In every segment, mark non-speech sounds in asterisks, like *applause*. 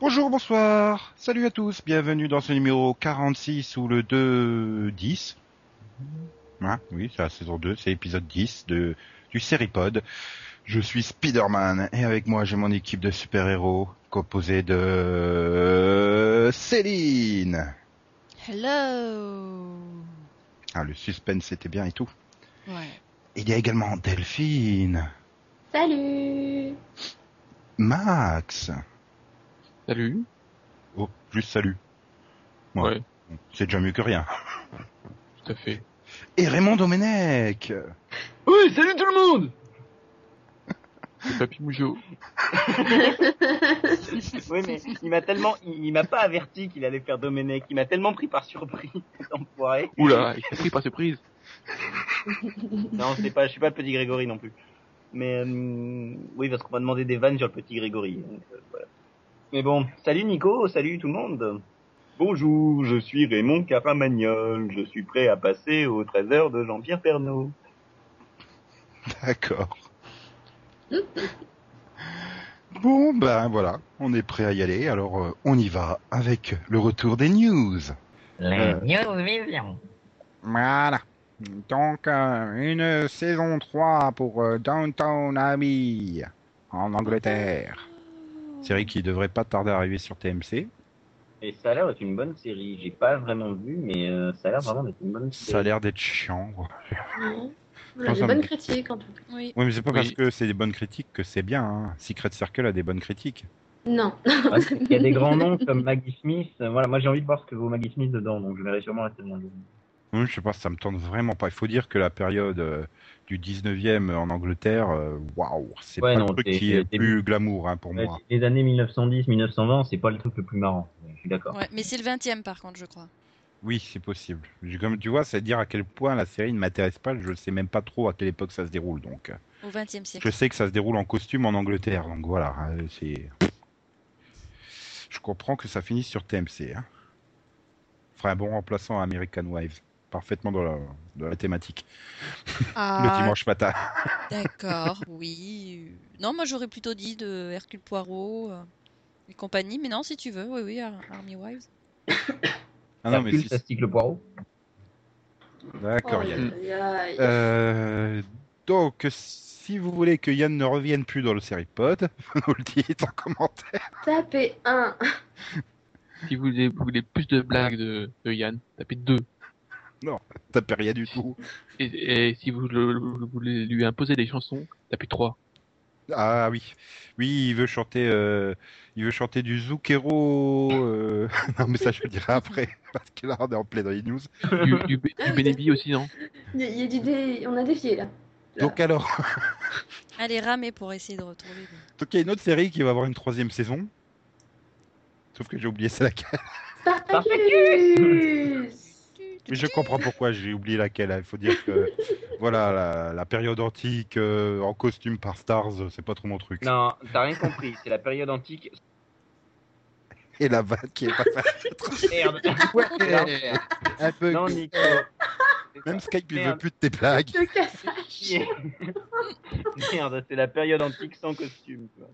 Bonjour, bonsoir, salut à tous, bienvenue dans ce numéro 46 ou le 2 10. Hein, oui, c'est la saison 2, c'est l'épisode 10 de, du Seripod. Je suis Spider-Man et avec moi j'ai mon équipe de super-héros composée de Céline. Hello Ah, le suspense c'était bien et tout. Ouais. Il y a également Delphine, Salut Max. Salut. Oh, juste salut. Ouais. Ouais. C'est déjà mieux que rien. tout à fait. Et Raymond Domenech. Oui, salut tout le monde C'est Papy Mougeot. Oui, mais il m'a tellement, il, il m'a pas averti qu'il allait faire Domenech, il m'a tellement pris par surprise, *laughs* cet enfoiré. Oula, il s'est pris par surprise. Non, c'est pas, je suis pas le petit Grégory non plus. Mais euh, oui, parce qu'on m'a demandé des vannes sur le petit Grégory. donc, euh, voilà. Mais bon, salut Nico, salut tout le monde. Bonjour, je suis Raymond Caramagnol, je suis prêt à passer au trésor de Jean-Pierre Pernaud. D'accord. Bon, ben voilà, on est prêt à y aller, alors euh, on y va avec le retour des news. Les Euh. news vivions. Voilà. Donc, euh, une saison 3 pour euh, Downtown Abbey en Angleterre. Série qui devrait pas tarder à arriver sur TMC. Et ça a l'air d'être une bonne série, j'ai pas vraiment vu, mais euh, ça a l'air vraiment d'être une bonne Ça a série. l'air d'être chiant. quoi. On a des ça me- bonnes critiques en tout cas. Oui. Oui, mais c'est pas Oui. parce que c'est des bonnes critiques que c'est bien. hein. Secret Circle a des bonnes critiques. Non. Ouais, Il y a des grands noms comme Maggie Smith. Euh, Voilà, moi j'ai envie de voir ce que vaut Maggie Smith dedans, donc je verrai sûrement la saison deux. Oui, je sais pas, ça me tente vraiment pas. Il faut dire que la période euh, du 19e en Angleterre, euh, waouh, c'est Ouais, pas non, le truc c'est- qui c'est- est c'est- plus glamour hein, pour Ouais, moi. Les années 1910-1920, c'est pas le truc le plus marrant. Je suis d'accord. Ouais, mais c'est le 20 e par contre, je crois. Oui, c'est possible. Je- Comme tu vois, c'est dire à quel point la série ne m'intéresse pas. Je sais même pas trop à quelle époque ça se déroule. Donc, Au 20 e siècle. je sais que ça se déroule en costume en Angleterre. Donc voilà, hein, c'est. Je comprends que ça finisse sur TMC. Hein. Ferait un bon remplaçant à American Wives, parfaitement dans la, dans la thématique. Ah. Le dimanche matin. *laughs* d'accord, oui. Non, moi j'aurais plutôt dit de Hercule Poirot euh, et compagnie, mais non, si tu veux, oui, oui, Ar- Army Wives. Ah non, mais Hercule, si- ça se tique le poireau. D'accord, Yann. Aïe, aïe, aïe. Euh, donc, si vous voulez que Yann ne revienne plus dans le Seripod, *laughs* vous nous le dites en commentaire. *laughs* Tapez un. Si vous voulez, vous voulez plus de blagues de, de Yann, tapez deux. Tapez rien du tout. Et, et si vous, le- vous voulez lui imposer des chansons, tapez trois. Ah oui, oui, il veut chanter, euh, il veut chanter du Zoukero. euh, *laughs* Non, mais ça je le dirai après *laughs* parce que là on est en plein dans les news. Du, du, du Ah, Bénébi aussi, non Il y a- il y a du dé- On a défié là. Donc alors, *laughs* Allez, ramer pour essayer de retrouver. des- donc il y a une autre série qui va avoir une troisième saison. Sauf que j'ai oublié c'est laquelle. Spartacus Mais je comprends pourquoi j'ai oublié laquelle. hein. Il faut dire *laughs* que voilà la, la période antique euh, en costume par Stars, c'est pas trop mon truc. Non, t'as rien compris. C'est la période antique. Et la vanne qui est pas *laughs* Merde. Ouais, un peu. non, Nico. Même Skype, il veut Merde. plus de tes blagues. *laughs* Le cassage *laughs* Merde, c'est la période antique sans costume. tu vois.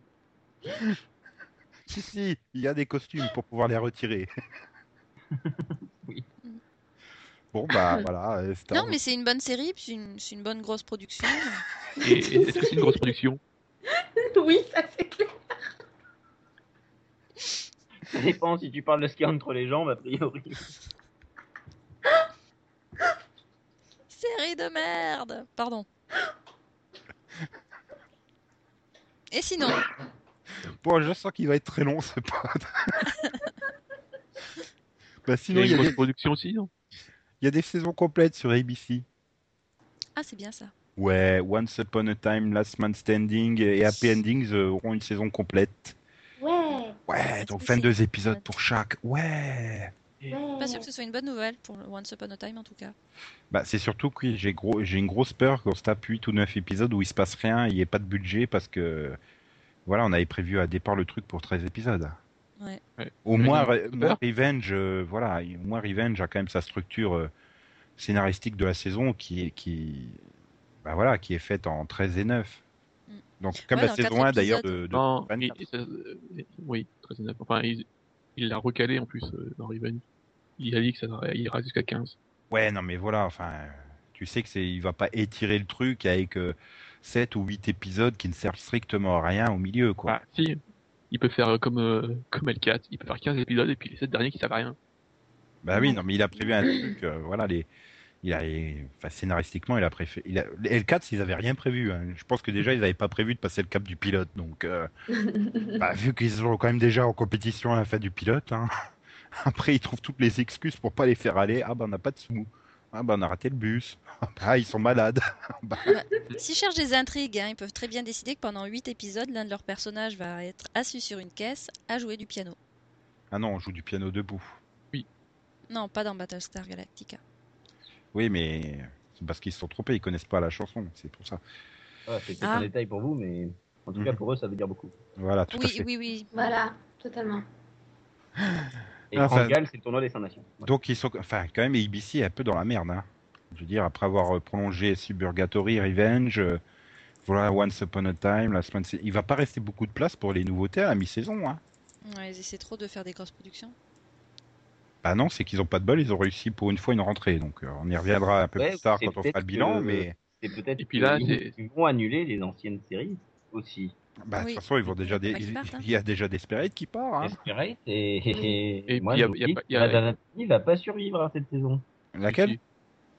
Si, si, il y a des costumes pour pouvoir les retirer. Oui. Bon, bah voilà. euh, c'est Non, un- mais c'est une bonne série, puis c'est une, c'est une bonne grosse production. *laughs* Et, et est-ce que c'est une grosse production Oui, ça c'est clair. Ça dépend si tu parles de ce qu'il y a entre les jambes, a priori. *gasps* série de merde *gasps* Pardon. Et sinon, Bon, je sens qu'il va être très long ce *laughs* pod. bah, Il y sinon, a il y, une a grosse des, production aussi, non il y a des saisons complètes sur ABC. ah, c'est bien ça. Ouais, Once Upon a Time, Last Man Standing et Happy Endings euh, auront une saison complète. Ouais, Ouais, donc que c'est- 22 épisodes pour chaque. Ouais. ouais. Pas sûr que ce soit une bonne nouvelle pour le Once Upon a Time en tout cas. Bah, c'est surtout que j'ai gros, j'ai une grosse peur qu'on se tape 8 ou 9 épisodes où il se passe rien, il n'y ait pas de budget parce que voilà, on avait prévu à départ le truc pour 13 épisodes. Ouais. Ouais. Au Mais moins, non, Re- peur. moins Revenge, euh, voilà, au moins Revenge a quand même sa structure euh, scénaristique de la saison qui est, qui, bah voilà, qui est faite en 13 et 9. Mm. Donc, comme Ouais, la dans quatre saison 1 d'ailleurs épisodes. de, de Non, Revenge. il- euh, euh, oui, 13,9. Enfin, il il l'a recalé en plus euh, dans Revenge. Il a dit que ça irait- il ira jusqu'à 15. Ouais, non, mais voilà, enfin, euh, tu sais que c'est, il va pas étirer le truc avec 7 ou 8 épisodes qui ne servent strictement à rien au milieu, quoi. Bah, si, il peut faire euh, comme, euh, comme L4, il peut faire 15 épisodes et puis les 7 derniers qui savent à rien. Bah oui, non, mais il a prévu un truc, euh, voilà, les, il a, les- enfin, scénaristiquement, il a préféré, il a, les L4, ils avaient rien prévu, hein. Je pense que déjà, ils n'avaient pas prévu de passer le cap du pilote, donc, *laughs* euh, bah, vu qu'ils sont quand même déjà en compétition à la fin du pilote, hein, *laughs* Après, ils trouvent toutes les excuses pour pas les faire aller. Ah, bah, on n'a pas de sous. Ah, bah, on a raté le bus. *laughs* Ah, bah, ils sont malades. S'ils cherchent des intrigues, hein, ils peuvent très bien décider que pendant 8 épisodes, l'un de leurs personnages va être assis sur une caisse à jouer du piano. Ah non, on joue du piano debout. Non, pas dans Battlestar Galactica. Oui, mais c'est parce qu'ils se sont trompés, ils connaissent pas la chanson, c'est pour ça. Ah, c'est peut-être Ah. un détail pour vous, mais en tout cas Mhm. pour eux, ça veut dire beaucoup. Voilà, tout à Oui, fait. oui, oui. Voilà, totalement. Et Ah, Franck ça- Gall, c'est le tournoi des Saints Nations. Voilà. Donc ils sont, enfin, quand même, ABC est un peu dans la merde. Hein. Je veux dire, après avoir euh, prolongé Suburgatory, Revenge, euh, voilà, Once Upon a Time, la semaine, il va pas rester beaucoup de place pour les nouveautés à la mi-saison. Hein. Ouais, ils essaient trop de faire des grosses productions. Bah non, c'est qu'ils ont pas de bol, ils ont réussi pour une fois une rentrée, donc euh, on y reviendra un peu Ouais, plus tard c'est quand on peut-être fera le bilan, que- mais C'est peut-être Et puis là, qu'ils c'est- ils vont annuler les anciennes séries aussi. bah, de Oui. toute façon, ils vont déjà, des... Bah, ils partent, hein. il y a déjà Desperate qui part. Hein. Desperate *laughs* et, Et moi, puis, y a- je vous y a dis pas- que y a- Grey's Anatomy va pas survivre à cette saison. Laquelle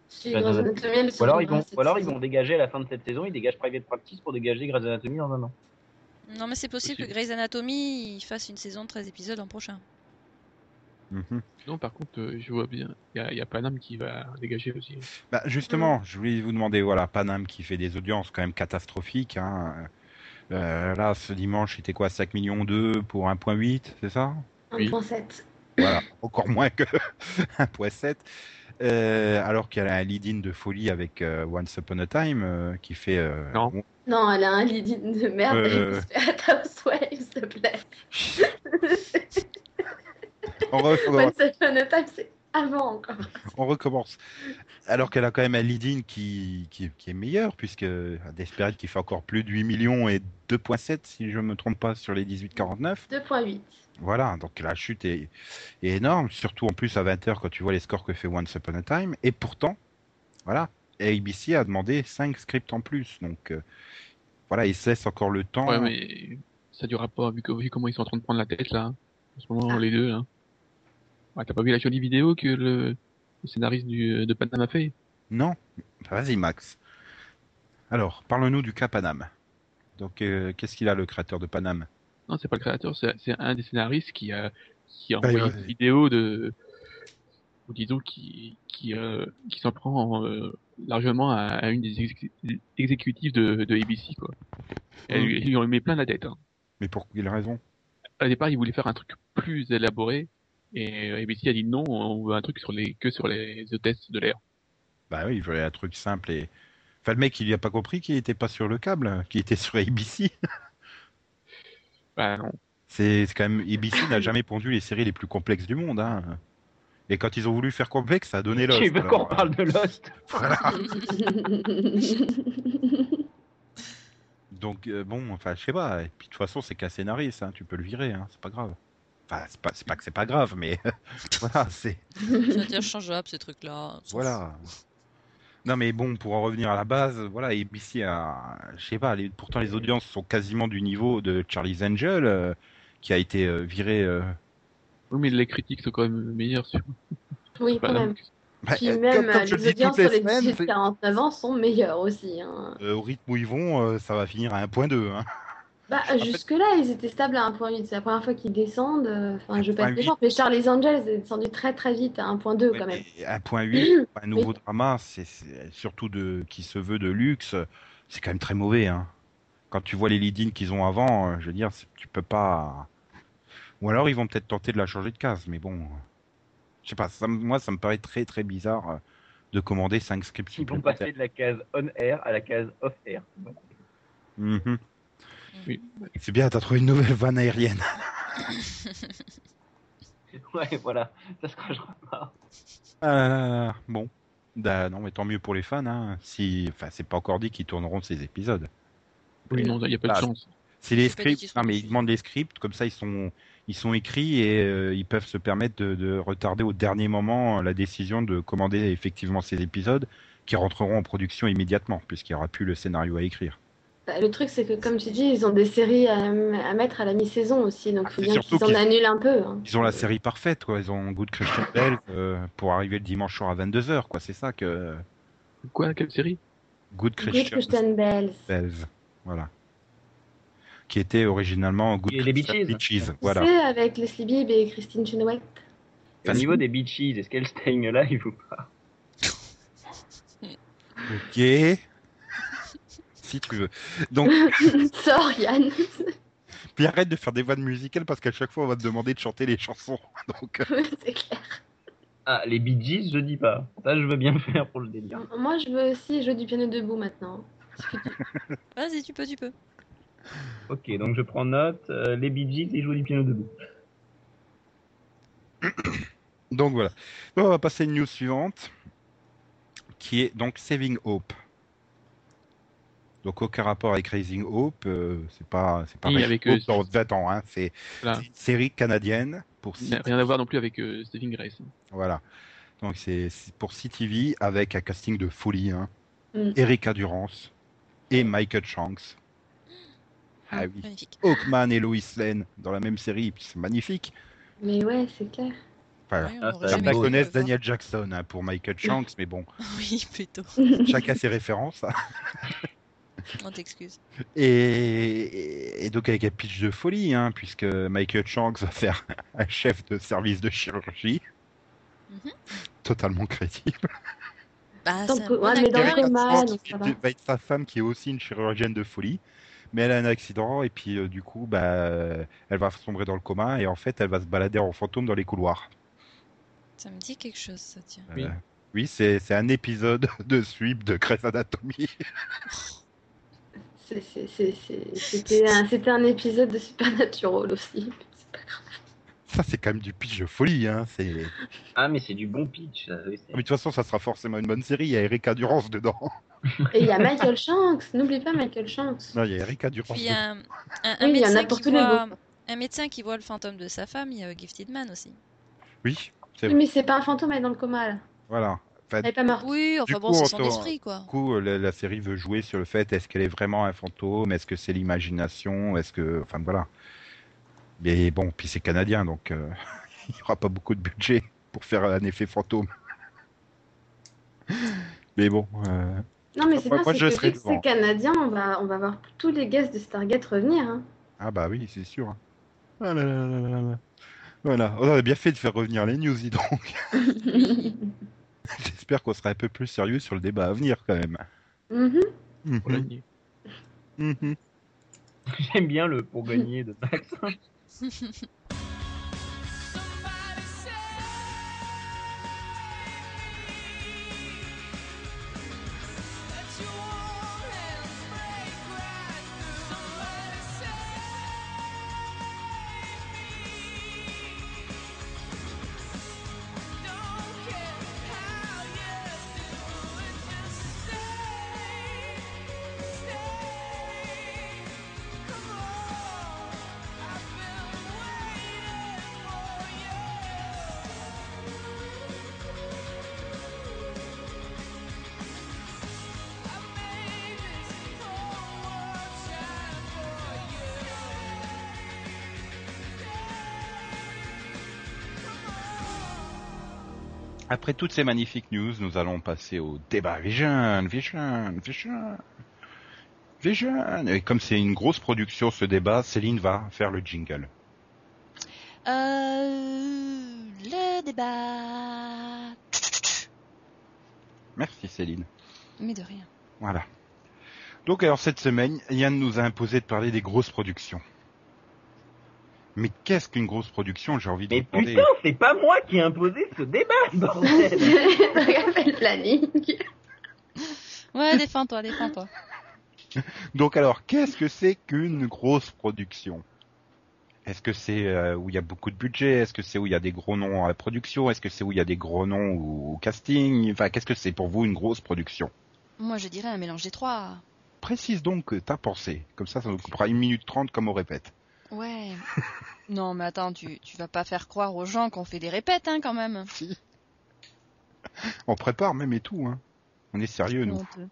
Si Bah, Grey's dans- Anatomy, elle Ou alors se ils vont, reprend ou alors ils cette vont dégager à la fin de cette saison, ils dégagent Private Practice pour dégager Grey's Anatomy dans un an. Non, mais c'est possible, Possible. que Grey's Anatomy il fasse une saison de 13 épisodes l'an *laughs* prochain. Mhm. Non, par contre, euh, je vois bien, il y a, il y a Panam qui va dégager aussi. Bah, justement, je voulais vous demander, voilà, Paname qui fait des audiences quand même catastrophiques. Hein. Euh, là, ce dimanche, c'était quoi 5 millions 2 pour 1.8, c'est ça Oui. 1.7. Voilà, encore moins que *laughs* 1.7. Euh, alors qu'elle a un lead-in de folie avec euh, Once Upon a Time, euh, qui fait... euh, Non. bon- Non, elle a un lead-in de merde. Euh. Elle se fait à Housewives, s'il te plaît. *laughs* on, recommence, Once Upon a Time, c'est avant encore. on recommence. Alors qu'elle a quand même un lead-in qui, qui, qui est meilleur, puisque euh, Desperate qui fait encore plus de 8 millions et 2.7, si je me trompe pas, sur les 18-49. 2.8. Voilà, donc la chute est, est énorme, surtout en plus à 20h quand tu vois les scores que fait Once Upon a Time. Et pourtant, voilà, ABC a demandé 5 scripts en plus. Donc euh, voilà, ils se laissent encore le temps. Ouais, mais ça durera pas, vu, que- vu comment ils sont en train de prendre la tête là, en ce moment, les deux là. Ouais, T'as pas vu la jolie vidéo que le, le scénariste du, de Panam a fait Non Vas-y, Max. Alors, parle-nous du cas Paname. Donc, euh, qu'est-ce qu'il a, le créateur de Paname Non, c'est pas le créateur, c'est c'est un des scénaristes qui a, qui a Bah, envoyé ouais. une vidéo de, ou disons, qui, qui, euh, qui s'en prend euh, largement à, à une des exé- exécutives de, de ABC, quoi. Et Mm. lui, ils lui ont mis plein la tête. hein. Mais pour quelle raison Au départ, ils voulaient faire un truc plus élaboré, et euh, ABC a dit non, on veut un truc sur les, que sur les hôtesses de l'air. Bah oui, il voulait un truc simple et. Enfin, le mec, il n'y a pas compris qu'il n'était pas sur le câble, qu'il était sur ABC. Bah, non. C'est c'est quand même ABC n'a jamais pondu les séries les plus complexes du monde. Hein. Et quand ils ont voulu faire complexe, ça a donné Lost. Tu veux qu'on alors, euh, parle de Lost *laughs* voilà. Donc euh, bon, enfin je sais pas. Et puis de toute façon, c'est qu'un scénariste, hein, tu peux le virer, hein, c'est pas grave. Enfin, c'est pas, c'est pas que c'est pas grave, mais *laughs* voilà, c'est C'est *laughs* interchangeable ces trucs-là. voilà. Non mais bon, pour en revenir à la base, voilà, ABC a, je sais pas, les- pourtant les audiences sont quasiment du niveau de Charlie's Angel, euh, qui a été euh, viré. euh, Oui, mais les critiques sont quand même meilleures sur *laughs* oui, quand Panam. même. bah, Puis euh, même, comme- comme euh, je le les dis toutes audiences sur les semaines, c'est- 18-49 ans sont meilleures aussi. hein. Euh, au rythme où ils vont, euh, ça va finir à 1.2. Hein. Bah, jusque-là, ils étaient stables à 1.8. C'est la première fois qu'ils descendent. euh, Enfin, je passe 1.8. des gens, mais Charlie's Angels est descendu très très vite à 1.2 Ouais, quand même. mais *clears throat* 1.8, un nouveau drama, c'est c'est- surtout de qui se veut de luxe, c'est quand même très mauvais. Hein. Quand tu vois les lead qu'ils ont avant, euh, je veux dire, c'est- tu peux pas. Ou alors ils vont peut-être tenter de la changer de case, mais bon, euh, je sais pas. ça me- moi, ça me paraît très très bizarre euh, de commander 5 scripts Ils vont passer de la case on air à la case off air. Voilà. Mhm. Oui. C'est bien, t'as trouvé une nouvelle vanne aérienne. *laughs* Ouais, voilà. Ça se croche pas. Ah là là là là. Bon, Bah, non, mais tant mieux pour les fans. Hein. Si, enfin, c'est pas encore dit qu'ils tourneront ces épisodes. Oui, non, il n'y a pas de Ah, chance. C'est les Je sais pas de qui scripts. je Non, mais ils suis. demandent les scripts, comme ça ils sont, ils sont écrits et euh, ils peuvent se permettre de, de retarder au dernier moment euh, la décision de commander effectivement ces épisodes qui rentreront en production immédiatement, puisqu'il n'y aura plus le scénario à écrire. Bah, le truc, c'est que comme tu dis, ils ont des séries à, à mettre à la mi-saison aussi, donc Ah, faut c'est bien surtout qu'ils en qu'ils- annulent un peu. hein. Ils ont la série parfaite, quoi. Ils ont Good Christian Bell euh, pour arriver le dimanche soir à 22h, quoi. C'est ça que Quoi, quelle série Good Good Christian Christian Bells. Bells. Voilà. Qui était originalement Good Et les Christian Beaches. Beaches, Tu sais, Voilà. avec Leslie Bibb et Christine Chenoweth. *laughs* Et Au niveau des Beaches, est-ce qu'elle *laughs* stagne live ou pas Ok. si tu veux. Donc, Sors, Yann. Puis arrête de faire des vannes musicales parce qu'à chaque fois on va te demander de chanter les chansons. *laughs* Donc euh, *laughs* c'est clair. Ah, les Bee Gees, je dis pas. Ça, je veux bien *laughs* faire pour le délire. Moi, je veux aussi jouer du piano debout maintenant. Vas-y, tu peux, tu peux. Ok, donc je prends note. euh, les Bee Gees, ils jouent du piano debout. donc voilà. Donc, on va passer à une news suivante qui est donc Saving Hope. Donc aucun rapport avec Raising Hope, euh, c'est pas c'est pas Ni Raising avec, Hope dans- euh, d'attends, hein, c'est Voilà. c'est une série canadienne pour Il n'a C- Rien à voir non plus avec euh, Stephen Grace. Mm. voilà. Donc c'est c'est pour CTV avec un casting de folie hein. Mm. Erika Durance et Michael Shanks. Ah oui. Magnifique. Hawkman et Lois Lane dans la même série, puis c'est magnifique. Mais ouais, c'est clair. Voilà. Ouais, on Ah, aurait jamais ça, Certains Django. cru connaissent le voir. Daniel Jackson hein, pour Michael Shanks, mais bon, *laughs* Oui, plutôt. chacun ses références. hein. On t'excuse. Et, et donc avec un pitch de folie, hein, puisque Michael Shanks va faire *laughs* un chef de service de chirurgie. Mhm. Totalement crédible. Bah, Tant c'est un que- bon ouais, mais dans acteur. le coma, Shanks donc ça va. va être sa femme qui est aussi une chirurgienne de folie, mais elle a un accident et puis euh, du coup, bah, elle va sombrer dans le coma et en fait, elle va se balader en fantôme dans les couloirs. Ça me dit quelque chose, ça, tiens. Oui, Euh, oui c'est c'est un épisode *laughs* de sweep de Grey's Anatomy. C'est- c'est- c'est- c'est- C'était un, c'était un épisode de Supernatural aussi. Ça, c'est quand même du pitch de folie. Hein. C'est... Mais Ah, mais c'est du bon pitch. ça, oui, c'est- de toute façon, ça sera forcément une bonne série. Il y a Erika Durance dedans. Et il y a Michael Shanks. N'oublie pas Michael Shanks. *laughs* Non, il y a Erika Durance. Puis euh, dedans. un, un, un Oui, il y en a médecin pour qui tous les voit, goûts. un médecin qui voit le fantôme de sa femme, il y a Gifted Man aussi. Oui, c'est Oui, vrai. mais c'est pas un fantôme, elle est dans le coma. Là. Voilà. Enfin, Elle du est pas morte. Oui, enfin bon, coup, c'est on son saura- esprit, quoi. du coup, euh, la, la série veut jouer sur le fait est-ce qu'elle est vraiment un fantôme Est-ce que c'est l'imagination Est-ce que. Enfin, voilà. Mais bon, puis c'est canadien, donc euh, *laughs* il n'y aura pas beaucoup de budget pour faire un effet fantôme. *laughs* Mais bon. euh, Non, mais c'est Moi- bien, moi, c'est je que serais vu que devant. c'est canadien, on va, on va voir tous les guests de Stargate revenir. hein. Ah bah oui, c'est sûr. hein. Ah là là là là là là. Voilà, Oh, on a bien fait de faire revenir les news, dis donc. *laughs* J'espère qu'on sera un peu plus sérieux sur le débat à venir quand même. Mhm. *laughs* Mhm, Pour l'année. mhm. *laughs* J'aime bien le pour gagner de *laughs* Max. Après toutes ces magnifiques news, nous allons passer au débat Vision, Vision, Vision, Vision. Et comme c'est une grosse production ce débat, Céline va faire le jingle. Euh, le débat. Merci Céline. Mais de rien. Voilà. Donc alors cette semaine, Yann nous a imposé de parler des grosses productions. Mais qu'est-ce qu'une grosse production J'ai envie de Mais vous demander. putain, c'est pas moi qui ai imposé ce débat, *laughs* bordel Regarde le planning. Ouais, *laughs* défends-toi, défends-toi. Donc alors, qu'est-ce que c'est qu'une grosse production Est-ce que c'est euh, où il y a beaucoup de budget Est-ce que c'est où il y a des gros noms à la production Est-ce que c'est où il y a des gros noms au, au casting Enfin, qu'est-ce que c'est pour vous une grosse production Moi, je dirais un mélange des trois. précise donc ta pensée. Comme ça, ça nous coupera une minute trente comme on répète. Ouais. non, mais attends, tu, tu vas pas faire croire aux gens qu'on fait des répètes, hein, quand même. On prépare même et tout, hein. On est sérieux, nous. Honteux.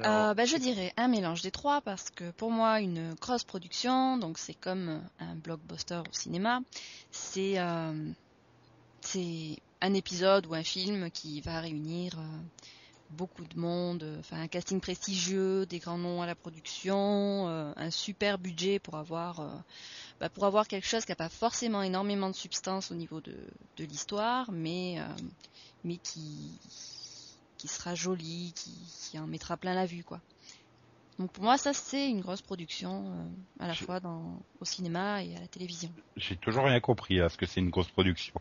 Euh, bah, je dirais un mélange des trois parce que pour moi une cross production donc c'est comme un blockbuster au cinéma c'est euh, c'est un épisode ou un film qui va réunir euh, beaucoup de monde euh, enfin un casting prestigieux des grands noms à la production euh, un super budget pour avoir euh, bah, pour avoir quelque chose qui n'a pas forcément énormément de substance au niveau de, de l'histoire mais euh, mais qui qui sera joli, qui, qui en mettra plein la vue, quoi. Donc pour moi, ça c'est une grosse production euh, à la Je- fois dans, au cinéma et à la télévision. J'ai toujours rien compris à ce que c'est une grosse production.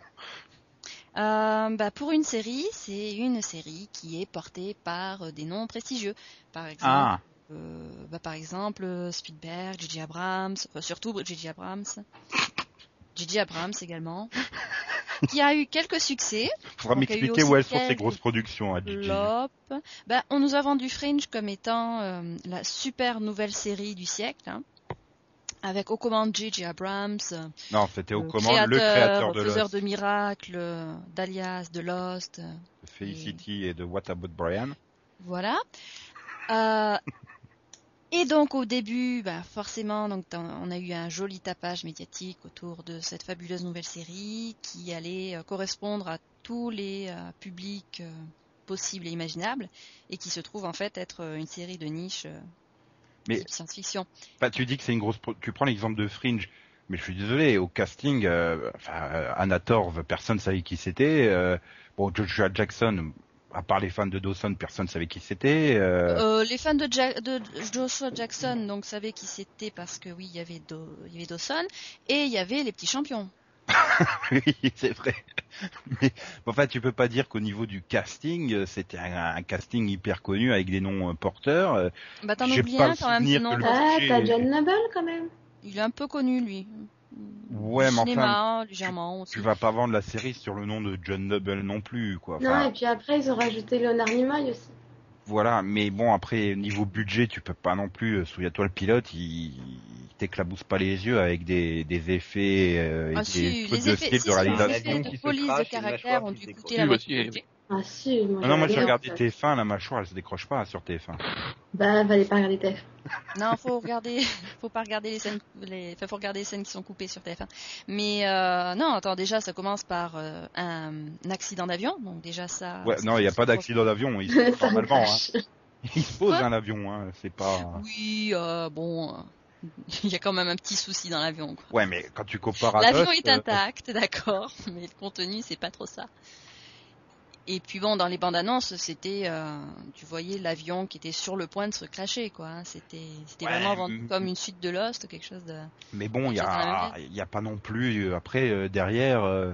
Euh, bah, pour une série, c'est une série qui est portée par euh, des noms prestigieux. Par exemple, Ah. euh, bah, par exemple euh, Spielberg, J.J. Abrams, enfin, surtout J.J. Abrams, J.J. Abrams également, qui a eu quelques succès. Faudra Donc, il y a eu m'expliquer aussi où elles sont ces quelques grosses productions à Gigi. Lop. Bah, on nous a vendu Fringe comme étant euh, la super nouvelle série du siècle, hein, avec aux commandes J.J. Abrams, euh, Non, c'était aux le commandes le créateur de faiseur Lost, de miracles, euh, d'Alias, de Lost, euh, de Felicity et de What About Brian. voilà. Euh, et donc au début, bah, forcément, donc t'en- on a eu un joli tapage médiatique autour de cette fabuleuse nouvelle série qui allait euh, correspondre à tous les euh, publics euh, possibles et imaginables et qui se trouve en fait être euh, une série de niche euh, Mais- type science-fiction. Bah, tu dis que c'est une grosse. pro- Tu prends l'exemple de Fringe, mais je suis désolé. Au casting, euh, enfin, euh, Anna Torv, personne savait qui c'était. euh, bon, Joshua Jackson, à part les fans de Dawson, personne savait qui c'était. euh, Euh, les fans de, Ja- de Joshua Jackson donc savaient qui c'était parce que oui, il y avait Do- il y avait Dawson et il y avait les petits champions. *laughs* oui, c'est vrai. Mais bon, enfin, tu peux pas dire qu'au niveau du casting, euh, c'était un, un casting hyper connu avec des noms euh, porteurs. euh, Bah t'en J'ai oublies pas un le quand même, souvenir sinon que le- t'en- Ah, J'ai- t'as John Noble quand même. il est un peu connu lui. Ouais, du mais enfin, cinéma, hein, légèrement aussi. tu vas pas vendre la série sur le nom de John Noble non plus, quoi. Enfin, Non, et puis après, ils ont rajouté Leonard Nimoy aussi. Voilà, mais bon, après, niveau budget, tu peux pas non plus, euh, souviens-toi, le pilote, il, il t'éclabousse pas les yeux avec des, des effets euh, et Ah, des si, trucs les de effets- films si, de si, les réalisation. effets qui de se police de crache et une caractère ont mâchoire qui dû se coûter la décroche. moitié du Oui, budget. Ah si, moi Ah non, moi, j'ai j'ai adoré, regardé ça. TF1, la mâchoire, elle se décroche pas sur TF1. Bah, fallait pas regarder TF. Non, faut regarder, *laughs* faut pas regarder les scènes, les, enfin, faut regarder les scènes qui sont coupées sur TF1. Mais euh, non, attends, déjà ça commence par euh, un, un accident d'avion, donc déjà ça. ouais, ça- non, il y a ça- pas d'accident d'avion, *laughs* il se pose *laughs* Ça me normalement, hein. fâche. Il se pose, Quoi hein, l'avion, hein, c'est *laughs* pas... Oui, euh, bon, *laughs* euh, il y a quand même un petit souci dans l'avion. quoi. Ouais, mais quand tu compares à L'avion Lost, est euh, intact, d'accord, *laughs* mais le contenu, c'est pas trop ça. Et puis bon, dans les bandes annonces, c'était, euh, tu voyais l'avion qui était sur le point de se crasher, quoi. hein. C'était, c'était Ouais, vraiment vendu mm. comme une suite de Lost, quelque chose de. Mais bon, il y Sur a, Internet. il y a pas non plus euh, après euh, derrière euh,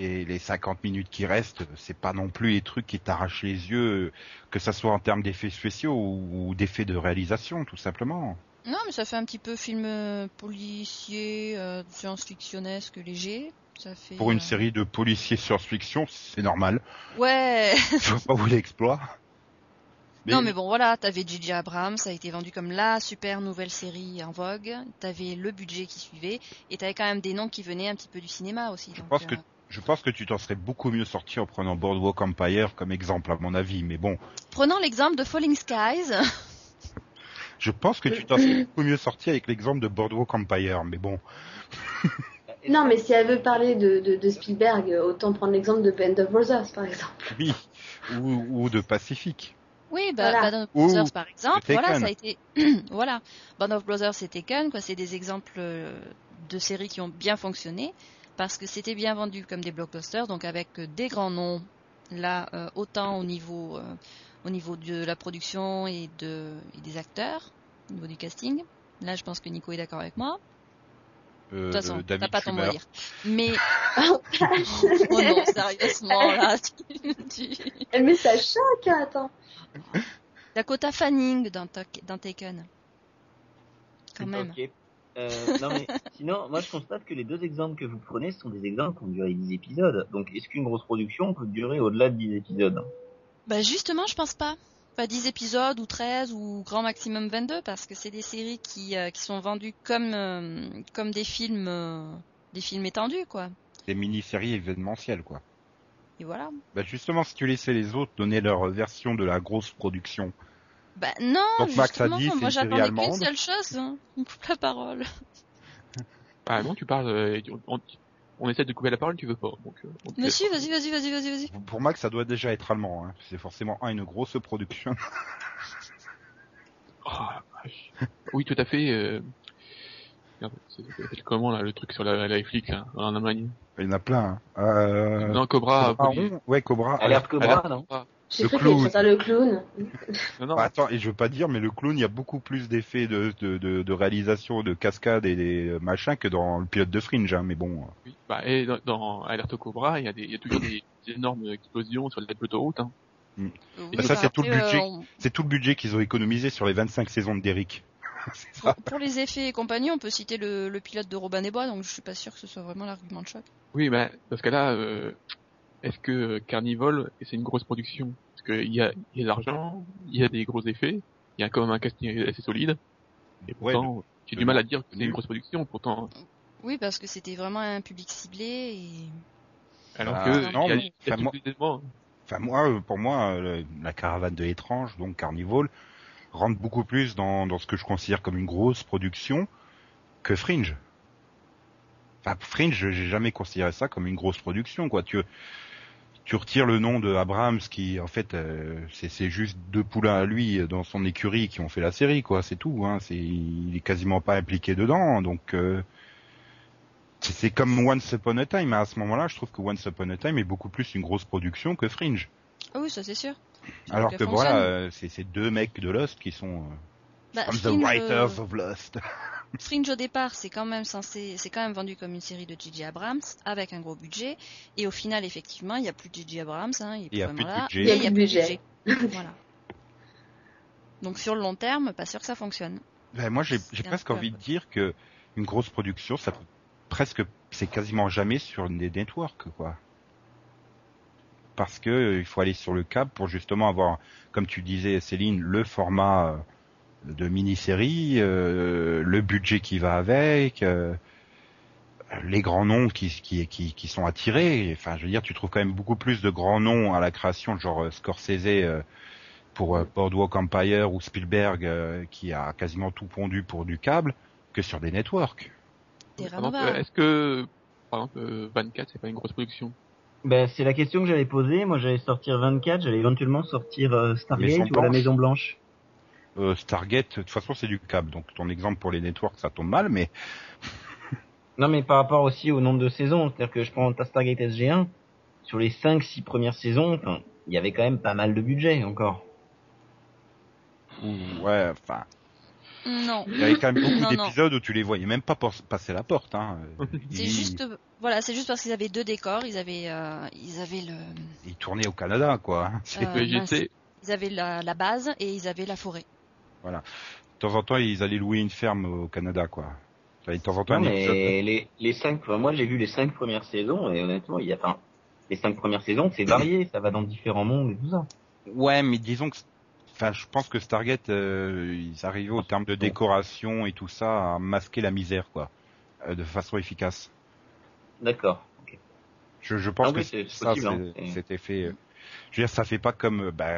et les 50 minutes qui restent, c'est pas non plus les trucs qui t'arrachent les yeux, euh, que ça soit en termes d'effets spéciaux ou, ou d'effets de réalisation, tout simplement. Non, mais ça fait un petit peu film euh, policier, euh, science-fictionnesque léger. Ça fait. Pour une euh, série de policiers science-fiction, c'est *laughs* normal. *laughs* Ouais. Je vois pas où l'exploit. Non, mais bon, voilà, t'avais J.J. Abrams, ça a été vendu comme la super nouvelle série en vogue. T'avais le budget qui suivait, et t'avais quand même des noms qui venaient un petit peu du cinéma aussi. Je donc, pense que euh, je pense que tu t'en serais beaucoup mieux sorti en prenant Boardwalk Empire comme exemple, à mon avis. Mais bon, Prenons l'exemple de Falling Skies. je pense que tu t'en *coughs* serais beaucoup mieux sorti avec l'exemple de Boardwalk Empire. Mais bon, Non, mais si elle veut parler de, de, de Spielberg, autant prendre l'exemple de Band of Brothers, par exemple. oui, ou, ou de Pacifique. *laughs* Oui, bah, Voilà. Band of Ou Brothers par exemple, Taken. voilà, ça a été, *clears throat* voilà, Band of Brothers et Taken, quoi, c'est des exemples euh, de séries qui ont bien fonctionné parce que c'était bien vendu comme des blockbusters, donc avec euh, des grands noms là, euh, autant au niveau, euh, au niveau de la production et de et des acteurs, au niveau du casting. Là, je pense que Nico est d'accord avec moi. Euh, De toute façon, t'as David pas ton mot à Schumer. dire. Mais oh *laughs* *laughs* non, sérieusement là, tu- tu- elle met Eh, ça choc, hein, attends. Dakota Fanning dans, Tok- dans Taken. Quand même. Ok. Euh, *laughs* non mais sinon, moi je constate que les deux exemples que vous prenez sont des exemples qui ont duré 10 épisodes. Donc est-ce qu'une grosse production peut durer au-delà de 10 épisodes Bah justement, je pense pas. pas 10 épisodes ou 13 ou grand maximum 22 parce que c'est des séries qui, euh, qui sont vendues comme, euh, comme des films euh, des films étendus quoi. Des mini-séries événementielles, quoi. Et voilà. Bah justement, si tu laissais les autres donner leur version de la grosse production, Bah non, Donc, Max a justement, dit, c'est moi une série j'attendais qu'une allemande. seule chose, hein. on me coupe la parole. Ah non, tu parles, euh, et tu- on, on essaie de couper la parole, tu veux pas. Donc, euh, on te laisse. Monsieur, vas-y, vas-y, vas-y, vas-y, vas-y. pour moi que ça doit déjà être allemand. Hein. C'est forcément un, une grosse production. *laughs* Oh, la vache. oui, tout à fait. Euh... Merde, c'est- ça s'appelle comment là, le truc sur la, la Netflix là, en Allemagne Il y en a plein. Hein. Euh... Non, Cobra. Cobra Police. Rond Ouais, Cobra. Alerte Cobra, Alerte non Cobra. J'ai Le cru que clown. j'allais sortir le clown. Non, non, Bah, attends, et je veux pas dire, mais le clown, il y a beaucoup plus d'effets de, de, de, de réalisation, de cascade et des machins que dans le pilote de Fringe, hein, mais bon. euh, oui. bah, et dans, dans Alerte Cobra, il y, a des- il y a toujours des, des énormes explosions sur l'autoroute. Hein. Oui, euh, Bah, ça, c'est tout le après, budget. on- *laughs* C'est tout le budget qu'ils ont économisé sur les 25 saisons de Derrick. C'est pour, ça. pour les effets et compagnie, on peut citer le, le pilote de Robin des Bois, donc je suis pas sûr que ce soit vraiment l'argument de choc. Oui, bah, dans ce cas-là, euh, est-ce que Carnival, c'est une grosse production Parce qu'il y a, il y a de l'argent, il y a des gros effets, il y a quand même un casting assez solide. Et Ouais, pourtant, j'ai le- du mal à dire que c'est le- une grosse production. Pourtant, Oui, parce que c'était vraiment un public ciblé et alors Ah, que non, il y a, mais- il y a enfin, moi- tous les éléments. Enfin, moi, euh, pour moi, euh, le- la caravane de l'étrange, donc Carnival, rentre beaucoup plus dans, dans ce que je considère comme une grosse production que Fringe. Enfin, Fringe, j'ai jamais considéré ça comme une grosse production, quoi. Tu, tu retires le nom de Abrams qui, en fait, euh, c'est c'est juste deux poulains à lui euh, dans son écurie qui ont fait la série, quoi. C'est tout, hein. C'est, il est quasiment pas impliqué dedans, donc, euh, c'est- c'est comme Once Upon a Time. hein. À ce moment-là, je trouve que Once Upon a Time est beaucoup plus une grosse production que Fringe. ah oui, ça c'est sûr. Alors Ça que fonctionne. voilà, euh, c'est ces deux mecs de Lost qui sont euh, Bah, from the Fringe, writers of Lost. Fringe au départ, c'est quand même censé, c'est quand même vendu comme une série de J.J. Abrams avec un gros budget. Et au final, effectivement, il n'y a plus de J.J. Abrams, hein, il Il y est a vraiment plus de là. budget. Et Il y a plus de budget. voilà. Donc sur le long terme, pas sûr que ça fonctionne. Ben, moi, j'ai j'ai C'est un presque peu envie de après. dire que une grosse production, ça peut presque, c'est quasiment jamais sur des networks, quoi. Parce que euh, il faut aller sur le câble pour justement avoir, comme tu disais, Céline, le format euh, de mini-série, euh, le budget qui va avec, euh, les grands noms qui, qui, qui, qui sont attirés. Enfin, je veux dire, tu trouves quand même beaucoup plus de grands noms à la création, genre euh, Scorsese euh, pour euh, Boardwalk Empire ou Spielberg euh, qui a quasiment tout pondu pour du câble que sur des networks. Terra Par exemple, Nova. Est-ce que, par exemple, euh, 24, c'est pas une grosse production Ben, c'est la question que j'allais poser. Moi, j'allais sortir 24, j'allais éventuellement sortir euh, Maison Stargate ou la Blanche. Maison Blanche. Euh, Stargate, de toute façon, c'est du câble. Donc, ton exemple pour les networks, ça tombe mal, mais Non, mais par rapport aussi au nombre de saisons, c'est-à-dire que je prends ta Stargate SG1, sur les 5-6 premières saisons, enfin, il y avait quand même pas mal de budget encore. ouais, enfin, Non. il y avait quand *laughs* même Non, beaucoup non. d'épisodes où tu les voyais même pas por- passer la porte. Hein. Euh, *laughs* C'est ils- juste, voilà, c'est juste parce qu'ils avaient deux décors, ils avaient, euh, ils avaient le, Ils tournaient au Canada, quoi. C'est- Euh, Le mince. GT, ils avaient la, la base et ils avaient la forêt. De temps en temps, ils allaient louer une ferme au Canada, quoi. Ça, De temps en temps, Non, un épisode- mais les, les 5, moi j'ai vu les 5 premières saisons, et honnêtement, il y a, enfin, les 5 premières saisons, c'est varié, ça va dans différents mondes et tout ça. Ouais, mais disons que, enfin, je pense que Stargate, euh, ils arrivaient au terme de décoration et tout ça à masquer la misère, quoi, euh, de façon efficace. D'accord. ok. Je, je pense Ah que oui, c'est ça, possible, hein. c'est- C'est- cet effet. euh, Je veux dire, ça fait pas comme euh, bah,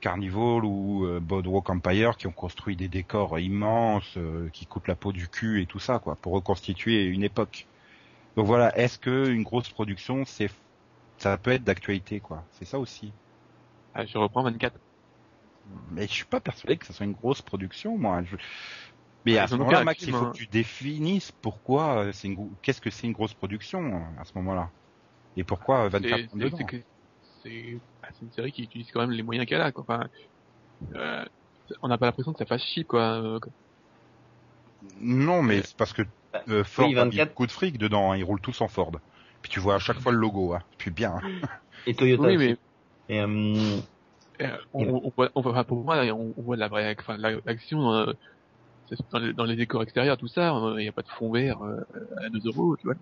Carnival ou euh, Boardwalk Empire qui ont construit des décors immenses euh, qui coûtent la peau du cul et tout ça, quoi, pour reconstituer une époque. Donc voilà, est-ce que une grosse production, c'est, ça peut être d'actualité, quoi. C'est ça aussi. ah, je reprends 24. Mais je suis pas persuadé que ce soit une grosse production, moi. Je- Mais Ah, à ils ce en ont moment-là, fait un Max, il film, faut hein. que tu définisses pourquoi euh, c'est une... gro- qu'est-ce que c'est une grosse production euh, à ce moment-là. Et pourquoi euh, C'est 24 c'est- c'est que- c'est bah, c'est une série qui utilise quand même les moyens qu'elle a. Quoi. Enfin, euh, on n'a pas l'impression que ça fasse chier. Quoi. Euh, quoi. Non, mais c'est parce que Bah, euh, Ford a mis 24. beaucoup de fric dedans, hein, ils roulent tous en Ford. Puis tu vois à chaque Mm. fois le logo, hein. puis bien. hein. Et Toyota. Oui, aussi. mais Et, euh, euh, on, on voit, on voit- enfin, pour moi, on, on voit de la vraie enfin, de la- l'action euh, c'est dans, les, dans les décors extérieurs, tout ça. hein. Il n'y a pas de fond vert euh, à 2 euros. Tu vois.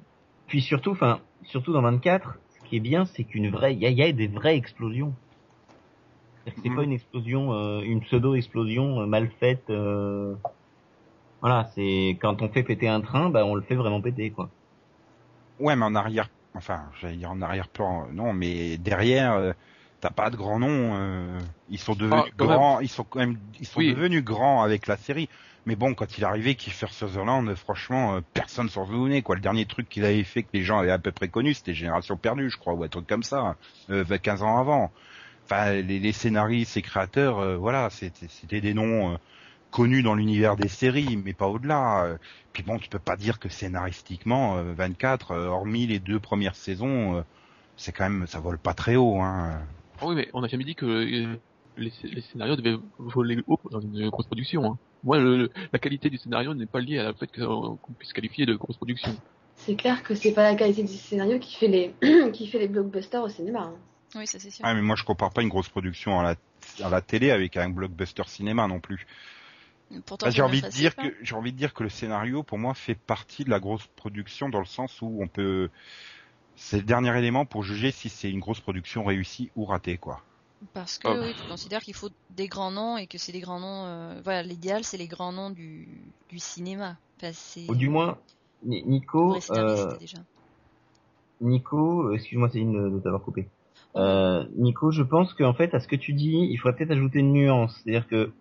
Puis surtout, enfin, surtout dans 24, ce qui est bien, c'est qu'une vraie, il y, a- il y a des vraies explosions. C'est-à-dire C'est-à-dire que c'est Mhm. pas une explosion, euh, une pseudo-explosion euh, mal faite. euh, Voilà, c'est quand on fait péter un train, bah on le fait vraiment péter quoi. Ouais, mais en arrière, enfin, j'allais dire en arrière-plan, euh, non, mais derrière, euh, t'as pas de grands noms. euh, ils sont devenus Ah, quand grands, ils sont quand même, ils sont Oui. devenus grands avec la série. Mais bon, quand il est arrivé Kiefer Sutherland, franchement, euh, personne s'en souvenait quoi. Le dernier truc qu'il avait fait que les gens avaient à peu près connu, c'était Génération Perdue, je crois, ou un truc comme ça, euh, 15 ans avant. Enfin, les, les scénaristes, les créateurs, euh, voilà, c'était c'était des noms euh, connus dans l'univers des séries, mais pas au-delà. euh. Puis bon, tu peux pas dire que scénaristiquement, euh, 24, euh, hormis les deux premières saisons, euh, c'est quand même, ça vole pas très haut. Hein. Ah oui, mais on n'a jamais dit que euh, les, sc- les scénarios devaient voler haut dans une grosse production. hein. Moi, le- le- la qualité du scénario n'est pas liée à la fait que, euh, qu'on puisse qualifier de grosse production. C'est clair que c'est pas la qualité du scénario qui fait les, *clears throat* qui fait les blockbusters au cinéma. hein. Oui, ça c'est sûr. Ah, mais moi, je compare pas une grosse production à la, à la télé avec un blockbuster cinéma non plus. Pourtant, Bah, c'est j'ai bien envie de facile, dire hein. que j'ai envie de dire que le scénario pour moi fait partie de la grosse production dans le sens où on peut c'est le dernier élément pour juger si c'est une grosse production réussie ou ratée quoi. Parce Oh. que Ah. oui, tu considères qu'il faut des grands noms et que c'est les grands noms. euh, voilà, l'idéal c'est les grands noms du, du cinéma. Enfin, c'est Ou du moins, Ni- Nico, Ouais, c'était un euh, liste, déjà. Nico, euh, excuse-moi Céline de, de t'avoir coupé. Euh, Nico, je pense qu'en fait, à ce que tu dis, il faudrait peut-être ajouter une nuance. C'est-à-dire que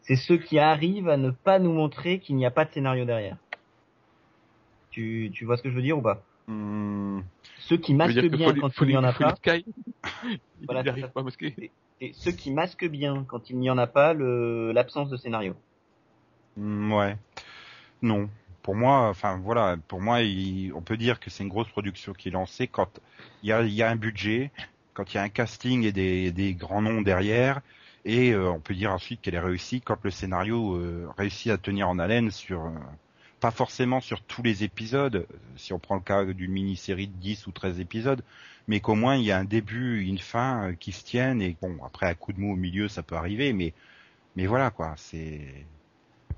c'est ceux qui arrivent à ne pas nous montrer qu'il n'y a pas de scénario derrière. Tu, tu vois ce que je veux dire ou pas Hmm, Ceux qui Ça veut masquent dire que bien Falling- quand il n'y en a pas, Falling- Falling *laughs* Sky, Voilà, il c'est n'arrive ça. pas à masquer. et ceux qui masquent bien quand il n'y en a pas le- l'absence de scénario. hmm, ouais. Non. Pour moi, enfin voilà, pour moi, il- on peut dire que c'est une grosse production qui est lancée quand il y a, il y a un budget, quand il y a un casting et des, des grands noms derrière, et euh, on peut dire ensuite qu'elle est réussie quand le scénario euh, réussit à tenir en haleine sur, euh, pas forcément sur tous les épisodes, euh, si on prend le cas d'une mini-série de 10 ou 13 épisodes, mais qu'au moins il y a un début, une fin euh, qui se tiennent, et bon, après un coup de mou au milieu, ça peut arriver, mais, mais voilà quoi, c'est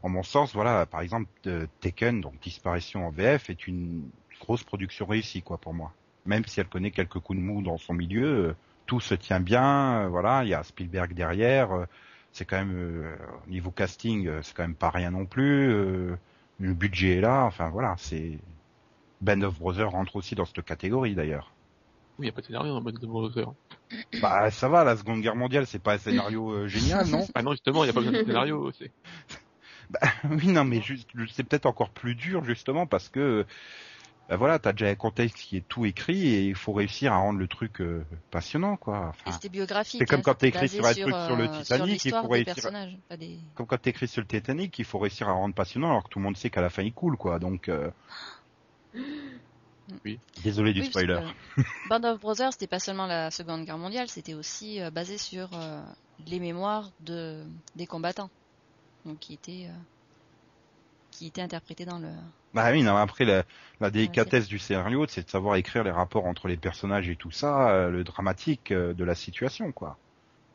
en mon sens, voilà, par exemple, euh, Taken, donc Disparition en VF, est une grosse production réussie, quoi, pour moi. Même si elle connaît quelques coups de mou dans son milieu, euh, tout se tient bien, euh, voilà, il y a Spielberg derrière, euh, c'est quand même, euh, au niveau casting, euh, c'est quand même pas rien non plus, euh, le budget est là, enfin voilà, c'est... Band of Brothers rentre aussi dans cette catégorie d'ailleurs. Oui, il n'y a pas de hein. scénario dans Band of Brothers. Bah ça va, la Seconde Guerre mondiale, c'est pas un scénario euh, génial, non Ah non, justement, il n'y a pas besoin de scénario. c'est- *laughs* Oui, non, mais juste, c'est peut-être encore plus dur justement parce que, ben voilà, t'as déjà un contexte qui est tout écrit et il faut réussir à rendre le truc euh, passionnant, quoi. Et Enfin, c'était biographique. ah. c'est comme hein, quand c'était t'écris basé sur un truc sur le euh, Titanic, il l'histoire faut des réussir à- personnages, pas des- comme quand t'écris sur le Titanic, il faut réussir à rendre passionnant alors que tout le monde sait qu'à la fin il coule, quoi. Donc, *gasps* euh, Oui. désolé du Oui, parce spoiler. que Band of Brothers, c'était pas seulement la Seconde Guerre mondiale, c'était aussi euh, basé sur euh, les mémoires de, des combattants, donc qui étaient euh, qui étaient interprétés dans le. Bah oui, non, mais après la, la délicatesse du scénario, c'est de savoir écrire les rapports entre les personnages et tout ça, euh, le dramatique euh, de la situation, quoi.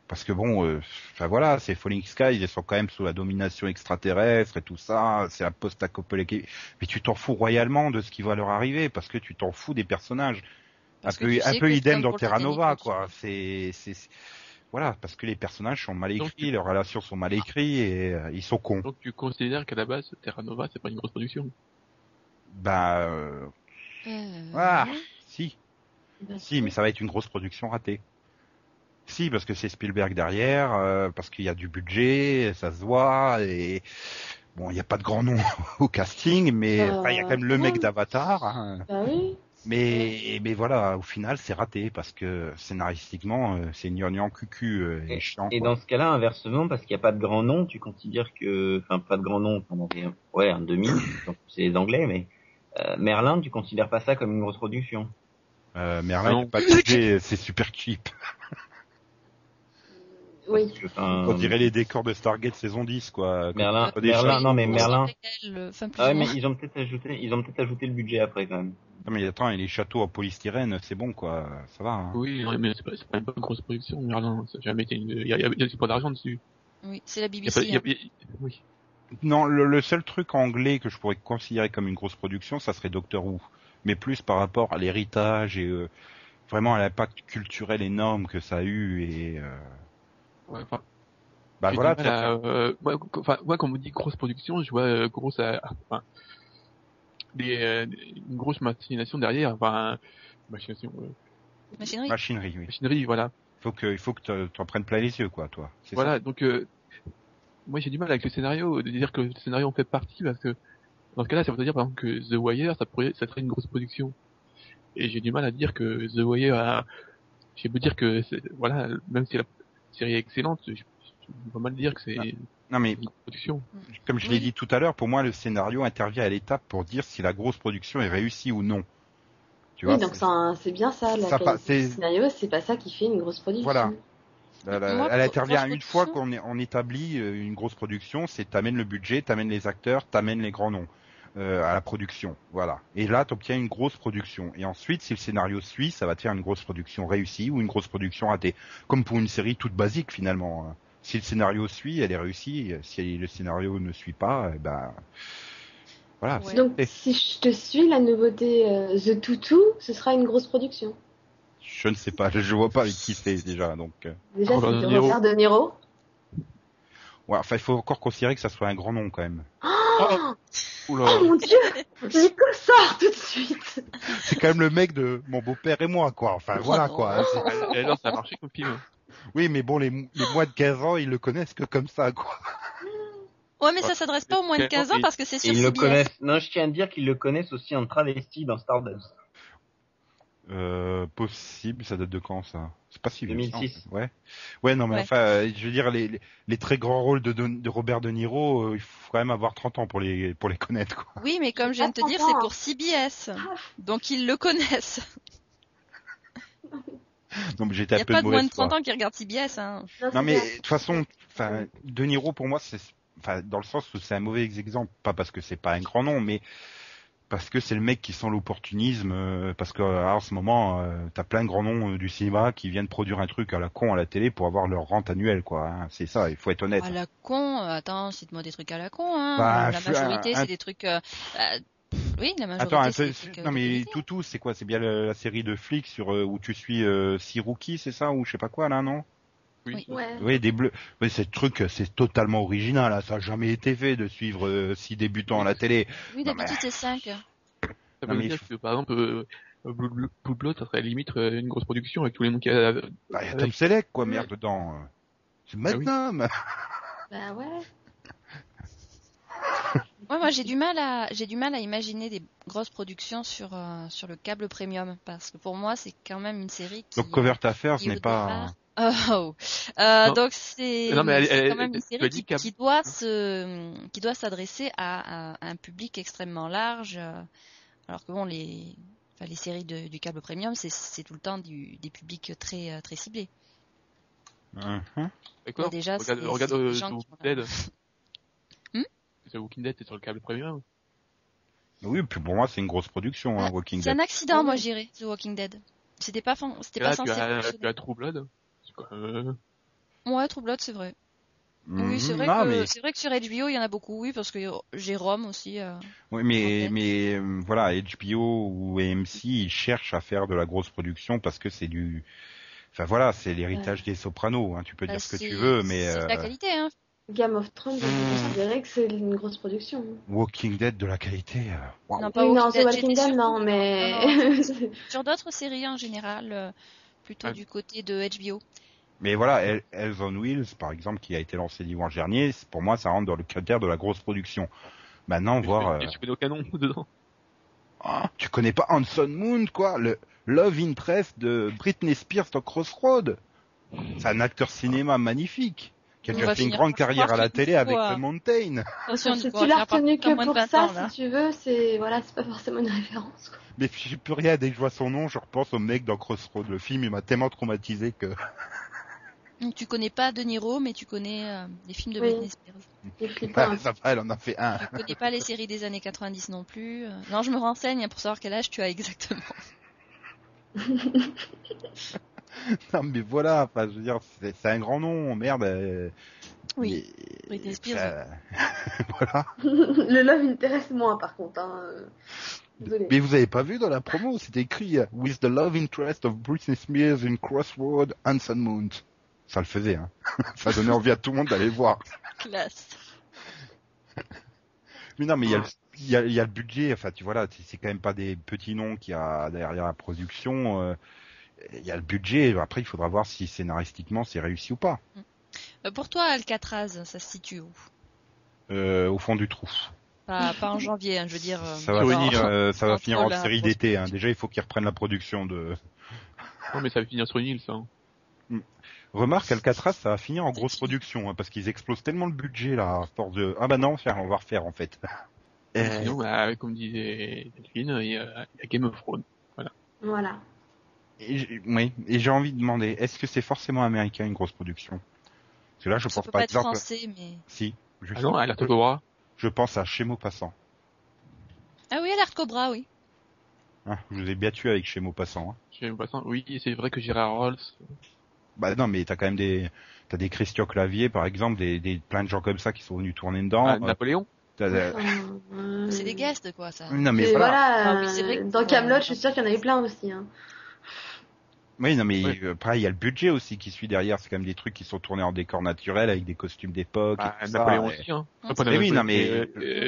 Parce que bon, euh, enfin voilà, ces Falling Skies, ils sont quand même sous la domination extraterrestre et tout ça, c'est la post-apocalyptique. Mais tu t'en fous royalement de ce qui va leur arriver, parce que tu t'en fous des personnages. Un Parce que peu, tu sais un peu que idem comme dans pour le Terra Titanic, Nova, quand tu- quoi. C'est, c'est, c'est- voilà, parce que les personnages sont mal Donc, écrits, leurs relations sont Ah. mal écrites et euh, ils sont cons. Donc tu considères qu'à la base, Terra Nova, c'est pas une grosse production. Bah, euh, Euh, ah, si. hein. Si, mais ça va être une grosse production ratée. Si, parce que c'est Spielberg derrière, euh, parce qu'il y a du budget, ça se voit, et bon, il n'y a pas de grand nom *laughs* au casting, mais Euh, enfin, il y a quand même le non. mec d'Avatar. hein. Bah oui. Mais, mais voilà, au final, c'est raté parce que scénaristiquement, euh, c'est gnangnan cucu euh, et, chiant. Et quoi. dans ce cas-là, inversement, parce qu'il n'y a pas de grand nom, tu considères que, enfin, pas de grand nom, enfin, dans des- ouais, un demi, *laughs* donc c'est les Anglais, mais euh, Merlin, tu considères pas ça comme une grosse production. Euh, Merlin, Non. il a pas de budget, c'est super cheap. Parce Oui. que, enfin, On dirait les décors de Stargate saison 10, quoi. Merlin, Quand- des Merlin, choses- non mais on Merlin. sait qu'elle, euh, Enfin, plus Ah ouais, ou mais moins. ils ont peut-être ajouté, ils ont peut-être ajouté le budget après quand même. Non, mais attends, et les châteaux en polystyrène, c'est bon, quoi. Ça va. hein. Oui, non, mais c'est pas, c'est pas une bonne grosse production, Merlin. Ça a jamais été une... Il y a, il y a- il y a pas d'argent dessus. Oui, c'est la Il y a pas, BBC. il y a- hein. il y a- oui. Non, le, le seul truc anglais que je pourrais considérer comme une grosse production, ça serait Doctor Who. Mais plus par rapport à l'héritage et euh, vraiment à l'impact culturel énorme que ça a eu et euh, Ouais, enfin, Bah j'ai voilà, du mal à, euh, moi, qu- enfin, moi, quand on me dit grosse production, je vois euh, grosse, à- à- enfin, des, euh, une grosse machination derrière, enfin, machination, euh, hein. Machinerie. machinerie, oui. machinerie, voilà. Faut que, il faut que t'en- t'en prennes plein les yeux, quoi, toi. C'est Voilà, donc euh, moi j'ai du mal avec le scénario, euh, de dire que le scénario en fait partie, parce que dans ce cas-là, ça veut dire par exemple que The Wire, ça, pourrait, ça serait une grosse production. Et j'ai du mal à dire que The Wire a... J'ai beau dire que, c'est- voilà, même si la série est excellente, je- je peux mal dire que c'est Ah. ça. Non mais une production. comme je Oui. l'ai dit tout à l'heure, pour moi le scénario intervient à l'étape pour dire si la grosse production est réussie ou non. Tu Oui, vois donc c'est un- c'est bien ça. La Ça qualité pa- du c'est- scénario, c'est pas ça qui fait une grosse production. Voilà. Bah, La- la- Moi, elle pour- intervient grosse une fois production- qu'on est- on établit euh, une grosse production, c'est t'amènes le budget, t'amènes les acteurs, t'amènes les grands noms euh, à la production, voilà. Et là, t'obtiens une grosse production. Et ensuite, si le scénario suit, ça va te faire une grosse production réussie ou une grosse production ratée, comme pour une série toute basique finalement. hein. Si le scénario suit, elle est réussie. Si le scénario ne suit pas, eh ben voilà. Ouais. Donc Et- si je te suis, la nouveauté euh, The Toutou, ce sera une grosse production. Je ne sais pas, je vois pas avec qui c'est déjà. Donc, euh. Déjà, Robert c'est de De Niro. Robert De Niro. ouais, enfin, il faut encore considérer que ça soit un grand nom quand même. *laughs* Oula, Oh mon *laughs* dieu Nico sort tout de suite c'est quand même le mec de mon beau-père et moi, quoi. Enfin, voilà, *laughs* quoi. hein, c'est- Eh, non, ça a marché comme film. Oui, mais bon, les, mou- les mois de 15 ans, ils le connaissent que comme ça, quoi. Ouais, mais ça s'adresse pas aux moins de 15 ans parce que c'est Et sur ils le CBS. connaissent. Non, je tiens à dire qu'ils le connaissent aussi en travesti dans Stardust. Euh, possible, ça date de quand, ça C'est pas si vieux. 2006. ça, en fait. Ouais. Ouais, non, mais Ouais. enfin, euh, je veux dire, les, les, les très grands rôles de, Don- de Robert De Niro, euh, il faut quand même avoir 30 ans pour les, pour les connaître, quoi. Oui, mais comme je viens de te dire, c'est pour CBS. Donc ils le connaissent. Donc, j'étais Il un n'y a peu pas de moins mauvaise de 30 foi. ans qui regardent CBS. Hein. Non, mais Ah, c'est de toute façon, enfin, De Niro, pour moi, c'est, enfin, dans le sens où c'est un mauvais exemple, pas parce que c'est pas un grand nom, mais parce que c'est le mec qui sent l'opportunisme, euh, parce que euh, en ce moment, euh, t'as plein de grands noms euh, du cinéma qui viennent produire un truc à la con à la télé pour avoir leur rente annuelle, quoi. hein. C'est ça, il faut être honnête. À la con, euh, attends, cite-moi des trucs à la con. Hein. Bah, la je- majorité, un- c'est des trucs. euh, euh, oui, la majorité. Attends, un c'est peu- des trucs, euh, non de mais qualité. Toutou, c'est quoi C'est bien le- la série de flics sur euh, où tu suis euh, six rookies, c'est ça ou je sais pas quoi là, non Oui. Ouais. Oui, des bleus. Mais ce truc, c'est totalement original. Là. Ça n'a jamais été fait de suivre euh, six débutants à la télé. Oui, Non, d'habitude, c'est 5. Ça Non, veut mais dire il que par exemple, euh, Blue, Blue- Blue Blood, ça serait limite euh, une grosse production avec tous les noms qu'il y a. euh, Bah, il y a Ah avec- Tom Selleck, quoi, merde, dedans. euh. C'est Magnum. Bah ouais. Ouais, moi, j'ai du mal à j'ai du mal à imaginer des grosses productions sur euh, sur le câble premium parce que pour moi, c'est quand même une série qui. Donc, Covert Affairs qui, au n'est pas. départ- Oh, oh. Euh, Non. donc c'est Non, mais elle- c'est quand elle- même elle- une tu as série dit qui, qu'à- Hein qui doit se qui doit s'adresser à, à un public extrêmement large euh, alors que bon les enfin, les séries de- du câble premium c'est c'est tout le temps du, des publics très euh, très ciblés. Mhm. D'accord. Bon, déjà, regarde, c'est- regarde c'est euh, des The gens qui Walking font la- Dead. Hmm The Walking Dead, c'est sur le câble premium. Oui, puis pour moi, c'est une grosse production, hein, Ah, Walking C'est Dead. un accident, Ah moi ouais. j'irais The Walking Dead. C'était pas fan- c'était Et pas là, censé Ah, tu as, fonctionner. tu as True Blood. C'est quoi, euh, Ouais, True Blood, c'est vrai. Mm-hmm. Oui, c'est Mhm. vrai, Ah, que, mais, c'est vrai que sur HBO, il y en a beaucoup, oui, parce que Jérôme aussi. euh, oui, mais, Ok. mais euh, voilà, HBO ou AMC, ils cherchent à faire de la grosse production parce que c'est du. Enfin voilà, c'est l'héritage des Sopranos. Hein. Tu peux bah, dire ce que c'est- tu veux, mais C'est de la euh, qualité, hein. Game of Thrones, je Hmm. considérais que c'est une grosse production. Walking Dead de la qualité. euh, waouh. Non, pas Oui, non, Walking The Dead, Walking j'étais Dead, sur- non, mais... *laughs* Sur d'autres séries en général, euh, plutôt Ah. du côté de HBO. Ah, Mais voilà, Hell- Hells on Wheels, par exemple, qui a été lancé dimanche dernier, c'est- pour moi, ça rentre dans le critère de la grosse production. Maintenant, voir... Et euh, tu mets nos canons *laughs* dedans. Ah, tu connais pas Hanson Moon, quoi Le Love Interest de Britney Spears dans Crossroad C'est un acteur cinéma magnifique qui a On déjà va fait une finir grande par carrière à croire la qu'il télé faut, avec euh, The Mountain. Attention, si on tu l'as va faire partir retenu que moins de pour 20 ça, ans, là. si tu veux, c'est voilà, c'est pas forcément une *laughs* référence. Quoi. Mais je peux rien, dès que je vois son nom, je repense au mec dans Crossroad. Le film, il m'a tellement traumatisé que... Donc, tu connais pas De Niro, mais tu connais euh, les films de Oui. Britney Spears. Les *laughs* flippants. Ah, *laughs* ça va, elle en a fait un. *laughs* Tu connais pas les séries des années 90 non plus. euh. Non, je me renseigne pour savoir quel âge tu as exactement. *laughs* Non, mais voilà, enfin, je veux dire, c'est c'est un grand nom, merde. euh, Oui. mais- Britney Spears, ça- voilà. le love intéresse moins, par contre. Hein. euh, Désolée. Mais vous avez pas vu dans la promo, c'était écrit euh, With the love interest of Britney Spears in Crossroad Hanson Moon. Ça le faisait, hein. *laughs* ça donnait envie à tout le monde d'aller le voir. Classe. Mais non, mais il y a le, il y a, il y a le budget. Enfin, tu vois là, c'est- c'est quand même pas des petits noms qu'il y a derrière la production. euh, Il y a le budget. Après, il faudra voir si scénaristiquement c'est réussi ou pas. Euh, pour toi, Alcatraz, ça se situe où Euh, au fond du trou. pas, pas en janvier, hein, je veux dire. euh, Ça va genre- finir, euh, ça va entre finir en la série d'été. hein. Déjà, il faut qu'ils reprennent la production de. Non, mais ça va finir sur une île, ça. hein. Remarque, Alcatraz, ça va finir en grosse production hein, parce qu'ils explosent tellement le budget là. À force de. Ah bah non, faire, on va refaire en fait. Euh, Sinon, bah, comme disait Delphine, il y, a il y a Game of Thrones. Voilà. Et j'ai- oui, et j'ai envie de demander, est-ce que c'est forcément américain une grosse production Parce que là, je Ça pense peut par pas être exemple, français, mais. si, juste- Ah non, Alerte au Cobra. je pense à Chez Maupassant. Ah oui, Alert Cobra, oui. Hein, je vous ai bien tué avec Chez Maupassant. hein. Je sais pas ça. Oui, c'est vrai que Gérard Rolls. Bah non, mais t'as quand même des, t'as des Christian Clavier par exemple, des, des plein de gens comme ça qui sont venus tourner dedans. Ah, Euh, Napoléon. t'as- t'as- Enfin, euh, C'est des guests, quoi, ça. Non mais mais voilà. voilà, Ah oui, c'est vrai euh, que- dans Camelot, je suis sûre qu'il y en avait plein aussi. *laughs* Hein. Oui, non mais Oui. euh, après il y a le budget aussi qui suit derrière. C'est quand même des trucs qui sont tournés en décor naturel avec des costumes d'époque. Bah, et tout ça, Napoléon et- aussi, hein. Mais Enfin, oui, pas Napoléon, non, mais- euh,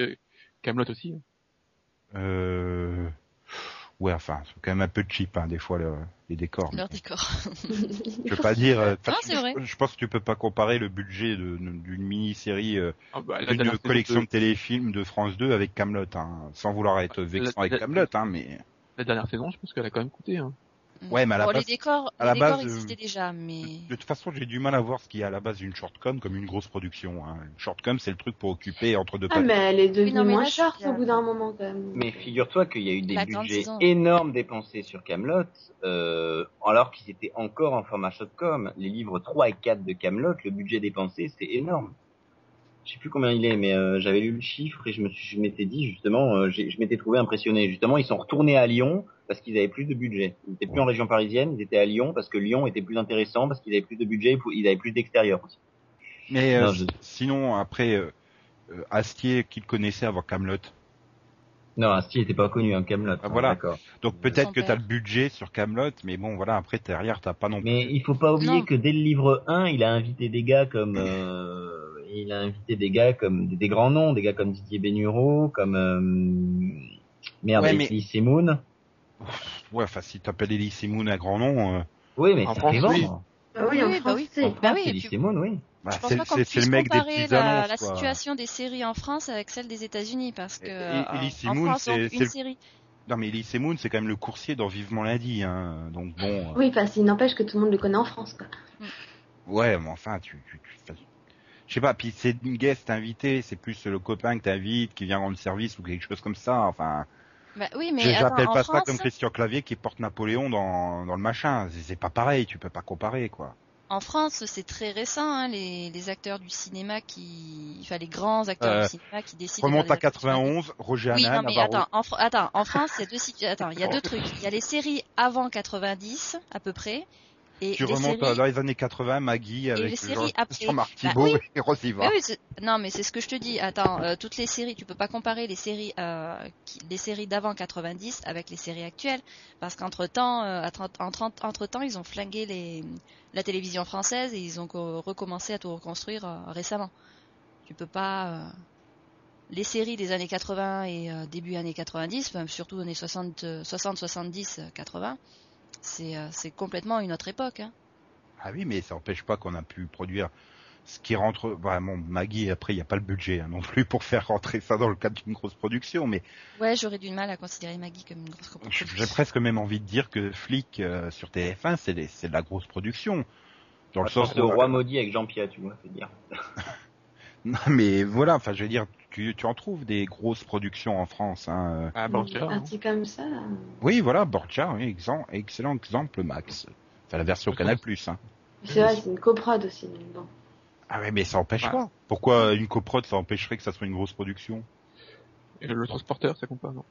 euh, Camelot aussi. hein. Euh... Ouais, enfin, c'est quand même un peu cheap hein, des fois le- les décors. Leur décor. *laughs* Je Ah, veux pas dire. euh, Non, enfin, c'est tu- vrai. Je pense que tu peux pas comparer le budget de- d'une mini-série, euh, Ah, bah, la dernière d'une saison collection de... de- téléfilms de France 2 avec Camelot, hein, sans vouloir être vexant La- avec la- Camelot, hein, mais La dernière saison, je pense qu'elle a quand même coûté. Hein. Ouais, mais à la Bon, base- les décors, à la les décors base, euh, existaient déjà, mais. de toute façon, j'ai du mal à voir ce qu'il y a à la base d'une shortcom comme une grosse production. Hein. Une shortcom, c'est le truc pour occuper entre deux Ah, pattes. mais elle est Oui, devenue non, mais moins là, short c'est- au bout d'un moment quand même. Bah Mais figure-toi qu'il y a eu des La grande budgets saison. énormes dépensés sur Camelot, euh, alors qu'ils étaient encore en format shotcom. Les livres 3 et 4 de Camelot, le budget dépensé, c'est énorme. Je sais plus combien il est, mais euh, j'avais lu le chiffre et je me suis, je m'étais dit justement, euh, j'ai- je m'étais trouvé impressionné. Justement, ils sont retournés à Lyon parce qu'ils avaient plus de budget. Ils n'étaient plus en région parisienne, ils étaient à Lyon parce que Lyon était plus intéressant parce qu'ils avaient plus de budget, ils pou- ils avaient plus d'extérieur. aussi. Mais euh, Non, je- sinon, après, euh, euh, Astier, qu'il connaissait avant Camelot. Non, Asti n'était pas connu, hein, Camelot. Ah, voilà. D'accord. Donc Son peut-être que père. t'as le budget sur Camelot, mais bon, voilà, après derrière, t'as pas non plus. Mais il faut pas oublier Non. que dès le livre 1, il a invité des gars comme euh, il a invité des gars comme des, des grands noms, des gars comme Didier Bénureau, comme euh, merde, Ouais, Leslie Simoun. Ouais, enfin, si t'appelles Elise Moon à grand nom. euh, Oui, mais En ça France, fait oui. vendre. Ah oui, en Oui, bah oui. français. En France, Bah Ah, oui, et Elie puis- Semoun, oui. bah, Je pense c'est- pas qu'on c'est c'est puisse le mec des comparer petites la, annonces, la quoi. situation des séries en France avec celle des États-Unis parce que Et- et- euh, Ellie en Seamoon, France, on- c'est- c'est une le- série. Non mais Elise Moon, c'est quand même le coursier dans Vivement lundi, hein. Donc bon, euh, Oui, parce qu'il n'empêche que tout le monde le connaît en France. Quoi. ouais, mais enfin, tu, tu, tu- enfin, je sais pas. Puis c'est une guest invitée, c'est plus le copain que t'invites qui vient rendre service ou quelque chose comme ça. Enfin, Bah oui, je- mais attends, j'appelle en pas ça France, comme Christian Clavier qui porte Napoléon dans dans le machin. C'est c'est pas pareil, tu peux pas comparer quoi. en France, c'est très récent, hein, les, les acteurs du cinéma qui, enfin les grands acteurs Euh, du cinéma qui décident. de Remonte faire à des adaptations. 91, Roger Oui, non, Hanan, mais Navarro. attends, en, Fr- attends, en France, il y a deux situ- attends, il y *laughs* a Oh. deux trucs. Il y a les séries avant 90 à peu près, et Tu les remontes séries- dans les années 80, Maggie avec séries Jean- après. Jean-Marc Bah Thibault oui. et Rosiva. Eh Oui, oui, c'est- non, mais c'est ce que je te dis. Attends, euh, toutes les séries, tu peux pas comparer les séries, euh, qui- les séries d'avant 90 avec les séries actuelles, parce qu'entre temps, entre temps, ils ont flingué les, la télévision française et ils ont co- recommencé à tout reconstruire euh, récemment. Tu peux pas euh, les séries des années 80 et euh, début années 90, enfin, surtout années 60, euh, 60, 70, euh, 80, c'est euh, c'est complètement une autre époque. hein. Ah oui, mais ça n'empêche pas qu'on a pu produire ce qui rentre vraiment Maggie. Après, il n'y a pas le budget hein, non plus pour faire rentrer ça dans le cadre d'une grosse production. Mais Ouais, j'aurais du mal à considérer Maggie comme une grosse j- production. j'ai presque même envie de dire que Flic euh, sur TF1, c'est des- c'est de la grosse production. Dans le Je pense sens que où- roi maudit avec Jean-Pierre, tu vois, c'est dire. Non, mais voilà. Enfin, je veux dire, tu, tu en trouves des grosses productions en France. Hein. Ah, Ah, Blanchard. Un hein. truc comme ça. euh, Oui, voilà, Borgia, oui, exen- excellent exemple, Max. Enfin, la version Canal Plus. Hein. C'est vrai, c'est une coprode aussi. donc Bon. Ah ouais, mais ça empêche Ouais. pas. Pourquoi une coprode, ça empêcherait que ça soit une grosse production Et le transporteur, ça compte pas, non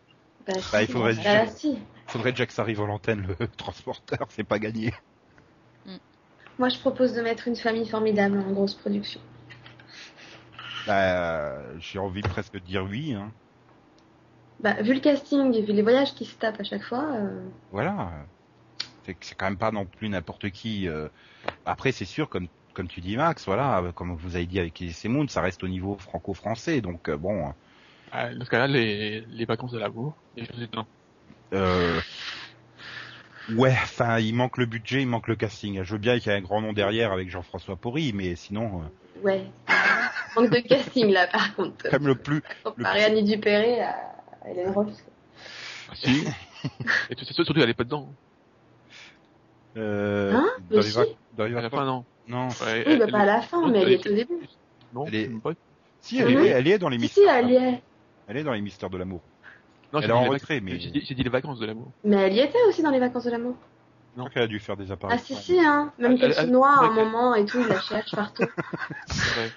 Bah, Bah, si, il faudrait bah, juste- si. Faudrait déjà que ça arrive à l'antenne, le *laughs* transporteur, c'est pas gagné. Moi, je propose de mettre une famille formidable en grosse production. Bah, euh, j'ai envie de presque de dire oui. Hein. Bah, vu le casting et vu les voyages qui se tapent à chaque fois, euh, Voilà. C'est que c'est quand même pas non plus n'importe qui. euh. Après, c'est sûr, comme comme tu dis Max, voilà, euh, comme vous avez dit avec Elise Moon, ça reste au niveau franco-français, donc euh, bon. Ah, Dans ce cas-là, les, les vacances de l'amour, les choses étonnantes. Euh... Ouais, enfin, il manque le budget, il manque le casting. Je veux bien qu'il y ait un grand nom derrière avec Jean-François Porry, mais sinon, euh, Ouais. Manque de casting là par contre. comme le plus, Comparé à Annie Dupéré euh, à à Hélène Ross. Ah, *laughs* si. Et tout ça, surtout, elle est pas dedans. euh, Hein dans, Mais les si. vac- dans les À la vacances, fin, non. non. Ouais, Oui, elle- bah, elle- pas à la fin, mais elle y est au début. Non, Elle est- même pas. Si, elle, Mhm. est, elle est dans les Si, si, mystères. elle y est. Elle est dans les mystères de l'amour. Non, j'ai Elle est dit en les vac- retrait, mais j'ai dit- j'ai dit les vacances de l'amour. Mais elle y était aussi dans les vacances de l'amour. je crois qu'elle a dû faire des Ah apparitions. si si hein, même Elle- qu'elle elle- se noie à un elle- moment et tout, il la cherche partout. C'est *laughs* vrai.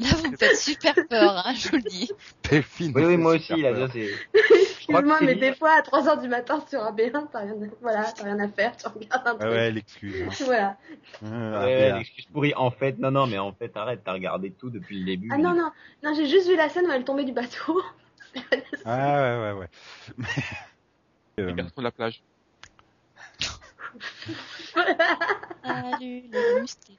Là, vous me faites super peur, hein, je vous le dis. Delphine, Oui, oui, c'est moi super aussi, là, peur. déjà, c'est... crois que Excuse-moi, c'est mais lié. des fois à 3h du matin sur un 1 t'as rien, à- voilà, t'as rien à faire, tu regardes un Ah truc. ouais, l'excuse. hein. Voilà. Euh, ah, Ouais, bien. l'excuse pourrie. En fait, non, non, mais en fait, arrête, t'as regardé tout depuis le début. Ah non non, non j'ai juste vu la scène où elle tombait du *laughs* bateau. Ah ouais, ouais, ouais. Mais, Les euh, garçons de la plage. Salut les muscles.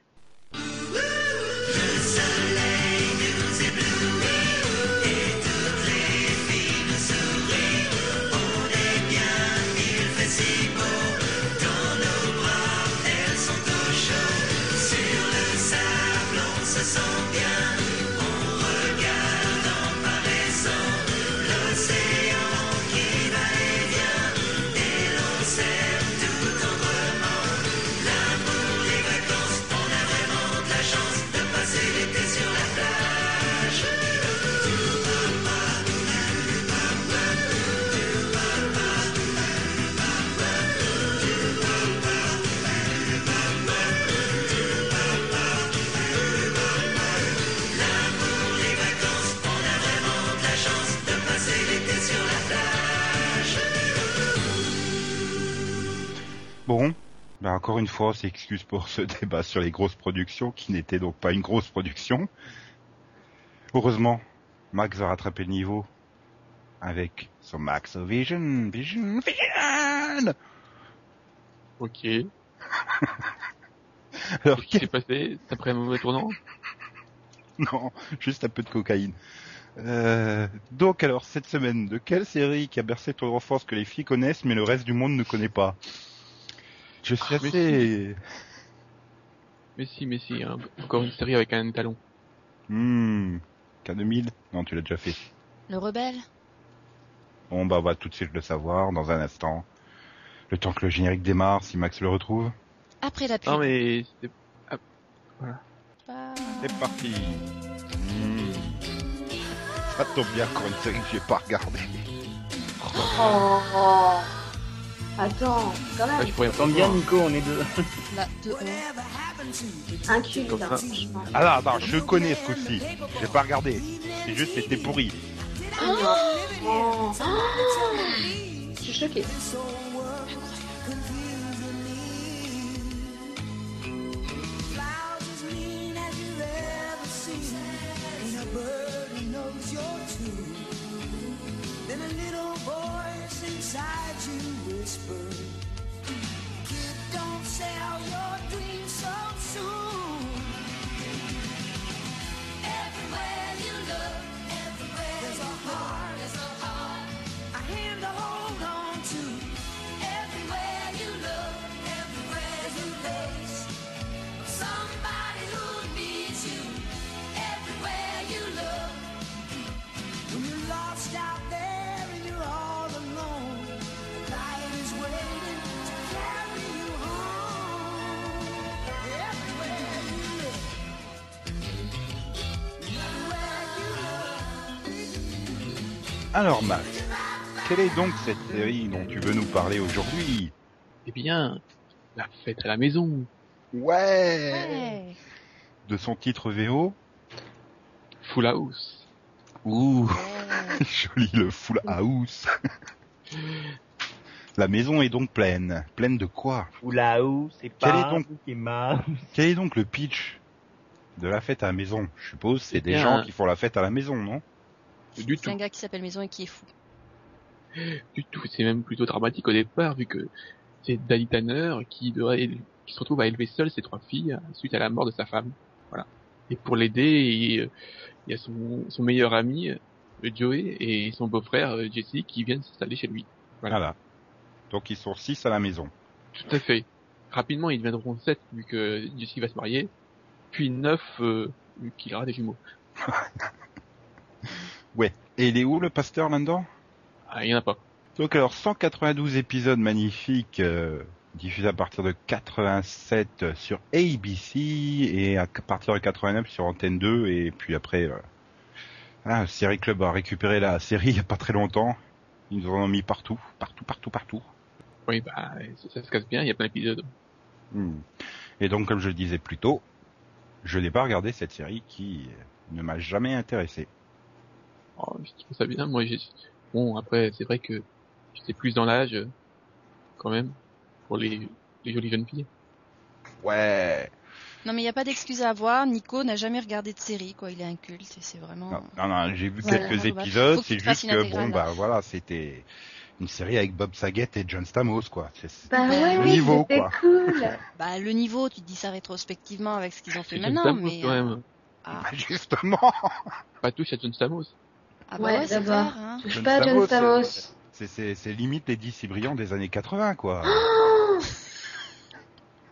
Bon, ben encore une fois, on s'excuse pour ce *laughs* débat sur les grosses productions, qui n'était donc pas une grosse production. Heureusement, Max a rattrapé le niveau avec son Max Vision, Vision, Vision. Ok. Qu'est-ce Alors qui s'est passé Ça pris un mauvais tournant *laughs* non, juste un peu de cocaïne. Euh, donc alors cette semaine, de quelle série qui a bercé ton enfance que les filles connaissent mais le reste du monde ne connaît pas Je suis Ah, mais assez. Mais si, mais si. hein. Encore une série avec un talon. Hmm, K2000 Non, tu l'as déjà fait. Le rebelle Bon, bah, on va tout de suite le savoir dans un instant. Le temps que le générique démarre, si Max le retrouve. Après la Ah. pluie. Non, mais c'était Pas- C'est parti Mmh. Ça tombe bien encore une série que j'ai pas regardée. Oh. oh. Attends, quand Ah, même, je pourrais pas Tant bien, Nico, on est deux. Là, de haut. un cul Comme ça, ça. franchement. Ah non, non, je connais ce coup-ci. J'ai pas regardé. C'est juste, c'était pourri. Oh. Je suis choquée. Alors, Max, quelle est donc cette série dont tu veux nous parler aujourd'hui Eh bien, la fête à la maison. Ouais Ouais. De son titre VO Full house. Ouh *laughs* Ouais. Joli le full house. *laughs* La maison est donc pleine. Pleine de quoi Oulaou, c'est Quel pas est donc- qui est marre. Quel est donc le pitch de la fête à la maison Je suppose c'est des Bien. gens qui font la fête à la maison, non Du C'est un tout, gars qui s'appelle Maison et qui est fou. du tout. C'est même plutôt dramatique au départ, vu que c'est Danny Tanner qui, doit, éle- qui se retrouve à élever seul ses trois filles euh, suite à la mort de sa femme. Voilà. Et pour l'aider, il, euh, il y a son, son meilleur ami, euh, Joey, et son beau-frère, euh, Jesse, qui viennent s'installer chez lui. Voilà. Voilà. Donc ils sont six à la maison. Tout à fait. Rapidement, ils deviendront sept vu que Jesse va se marier, puis neuf euh, vu qu'il aura des jumeaux. Et il est où le pasteur là-dedans Ah, il n'y en a pas. Donc alors 192 épisodes magnifiques euh, diffusés à partir de 87 sur ABC et à partir de 89 sur Antenne 2 et puis après euh, ah, Série Club a récupéré la série il y a pas très longtemps. Ils nous en ont mis partout, partout, partout, partout. Oui, bah, ça, ça se casse bien, il y a plein d'épisodes. Hmm. Et donc comme je le disais plus tôt, je n'ai pas regardé cette série qui ne m'a jamais intéressé. Oh, je trouve ça bien. Moi, j'ai... Bon, après, c'est vrai que j'étais plus dans l'âge, euh, quand même, pour les, les jolies jeunes filles. Ouais. Non, mais il n'y a pas d'excuse à avoir. Nico n'a jamais regardé de série, quoi. Il est inculte et c'est vraiment. Non, non, non, j'ai vu Voilà. quelques bah, Faut que épisodes, tu c'est fasses juste une que, bon, intégrale. bah voilà, c'était une série avec Bob Saget et John Stamos, quoi. C'est- c'est- Bah ouais, Le oui, niveau, c'était quoi. cool. *laughs* Bah, le niveau, tu te dis ça rétrospectivement avec ce qu'ils ont fait John maintenant, Stamos, mais. quand même. Ah, Bah, *laughs* justement, Pas touche à John Stamos. ah bah Ouais, ouais, c'est d'abord. clair, hein. Touche John pas à John Stamos, Stamos. c'est- c'est c'est limite les 10 brillants des années 80, *gasps* quoi. Oh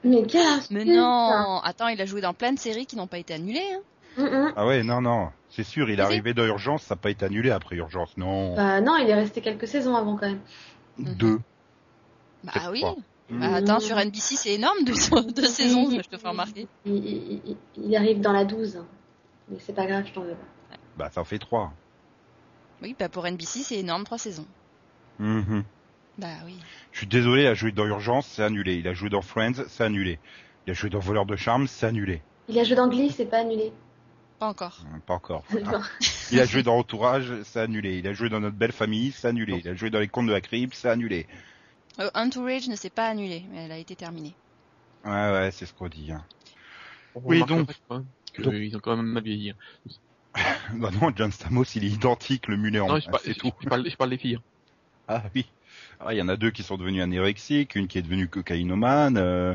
Mais quel Mais insulte. non Attends, il a joué dans plein de séries qui n'ont pas été annulées, hein. Mm, mm. Ah ouais, non, non, c'est sûr, il est Mais arrivé dans Urgence, ça n'a pas été annulé après Urgence, non. Bah non, il est resté quelques saisons avant quand même. Deux. Bah Peut-être oui pas. Bah, attends, sur NBC, c'est énorme, deux, *laughs* deux saisons, je te fais remarquer. Il, il- il- il arrive dans la 12. hein. Mais c'est pas grave, je t'en veux pas. Bah, ça en fait trois. Oui, bah pour NBC, c'est énorme, trois saisons. Mhm. Bah oui. Je suis désolé, il a joué dans Urgence, c'est annulé. Il a joué dans Friends, c'est annulé. Il a joué dans Voleur de Charme, c'est annulé. Il a joué dans Glee, c'est pas annulé. Pas encore. Hein, Pas encore. Non. Il a joué dans Entourage, c'est annulé. Il a joué dans Notre Belle Famille, c'est annulé. Il a joué dans Les Contes de la Crypte, c'est annulé. Euh, Entourage ne s'est pas annulée, mais elle a été terminée. Ouais, ouais, c'est ce qu'on dit. Hein. On Oui, remarquera donc- pas, je crois, que donc- ils ont quand même mal vieilli. hein. Bah non, John Stamos, il est identique, le mulet en Non, main, je, par- c'est je- tout. je parle, je parle des filles. hein. Ah oui. Ah, il y en a deux qui sont devenus anorexiques, une qui est devenue cocaïnomane, euh,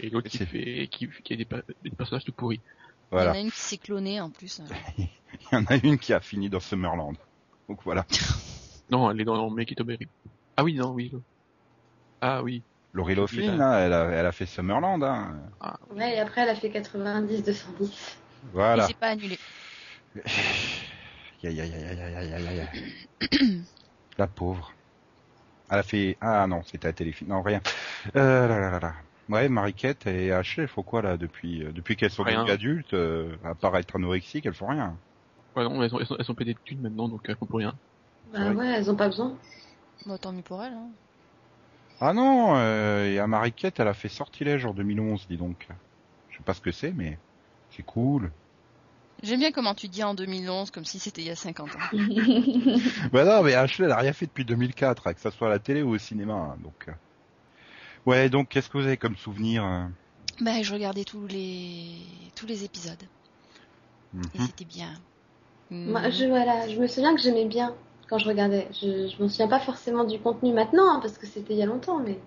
Et l'autre qui C'est- fait, qui, qui a des, per- des personnages tout pourris. voilà. Il y en a une qui s'est clonée en plus. euh, Il y en a une qui a fini dans Summerland. Donc voilà. Non, elle est dans Make It Berry. Ah oui, non, oui. l'autre. Ah oui. Laurie Laughlin, Oui. hein, elle, a, elle a fait Summerland, hein. *laughs* Ouais, et après, elle a fait 90, 210. Mais Voilà. c'est pas annulé. Aïe, aïe, aïe, aïe, aïe, aïe, aïe, aïe. La pauvre. Elle a fait... Ah non, c'était à téléfilm. Non, rien. Euh, là, là, là, là. Ouais, Mariquette et Ashley, elles font quoi là depuis euh, depuis qu'elles sont Rien. devenues adultes, euh, à part être anorexiques, elles font rien. Ouais, non, elles sont, elles sont, elles sont pétées de thunes maintenant, donc elles font pour rien. Bah Oui. ouais, elles ont pas besoin. Bon, tant mieux pour elle. Hein. Ah non, euh, et à Mariquette, elle a fait Sortilège en 2011, dis donc. Je sais pas ce que c'est, mais c'est cool. J'aime bien comment tu dis en 2011, comme si c'était il y a 50 ans. bah non, mais Ashley, elle a rien fait depuis 2004, hein, que ça soit à la télé ou au cinéma, hein, donc. euh. Ouais, donc qu'est-ce que vous avez comme souvenir euh Bah, je regardais tous les tous les épisodes Mhm. et c'était bien. Moi, Mhm. je, voilà, je me souviens que j'aimais bien quand je regardais. Je, je m'en souviens pas forcément du contenu maintenant, hein, parce que c'était il y a longtemps, mais,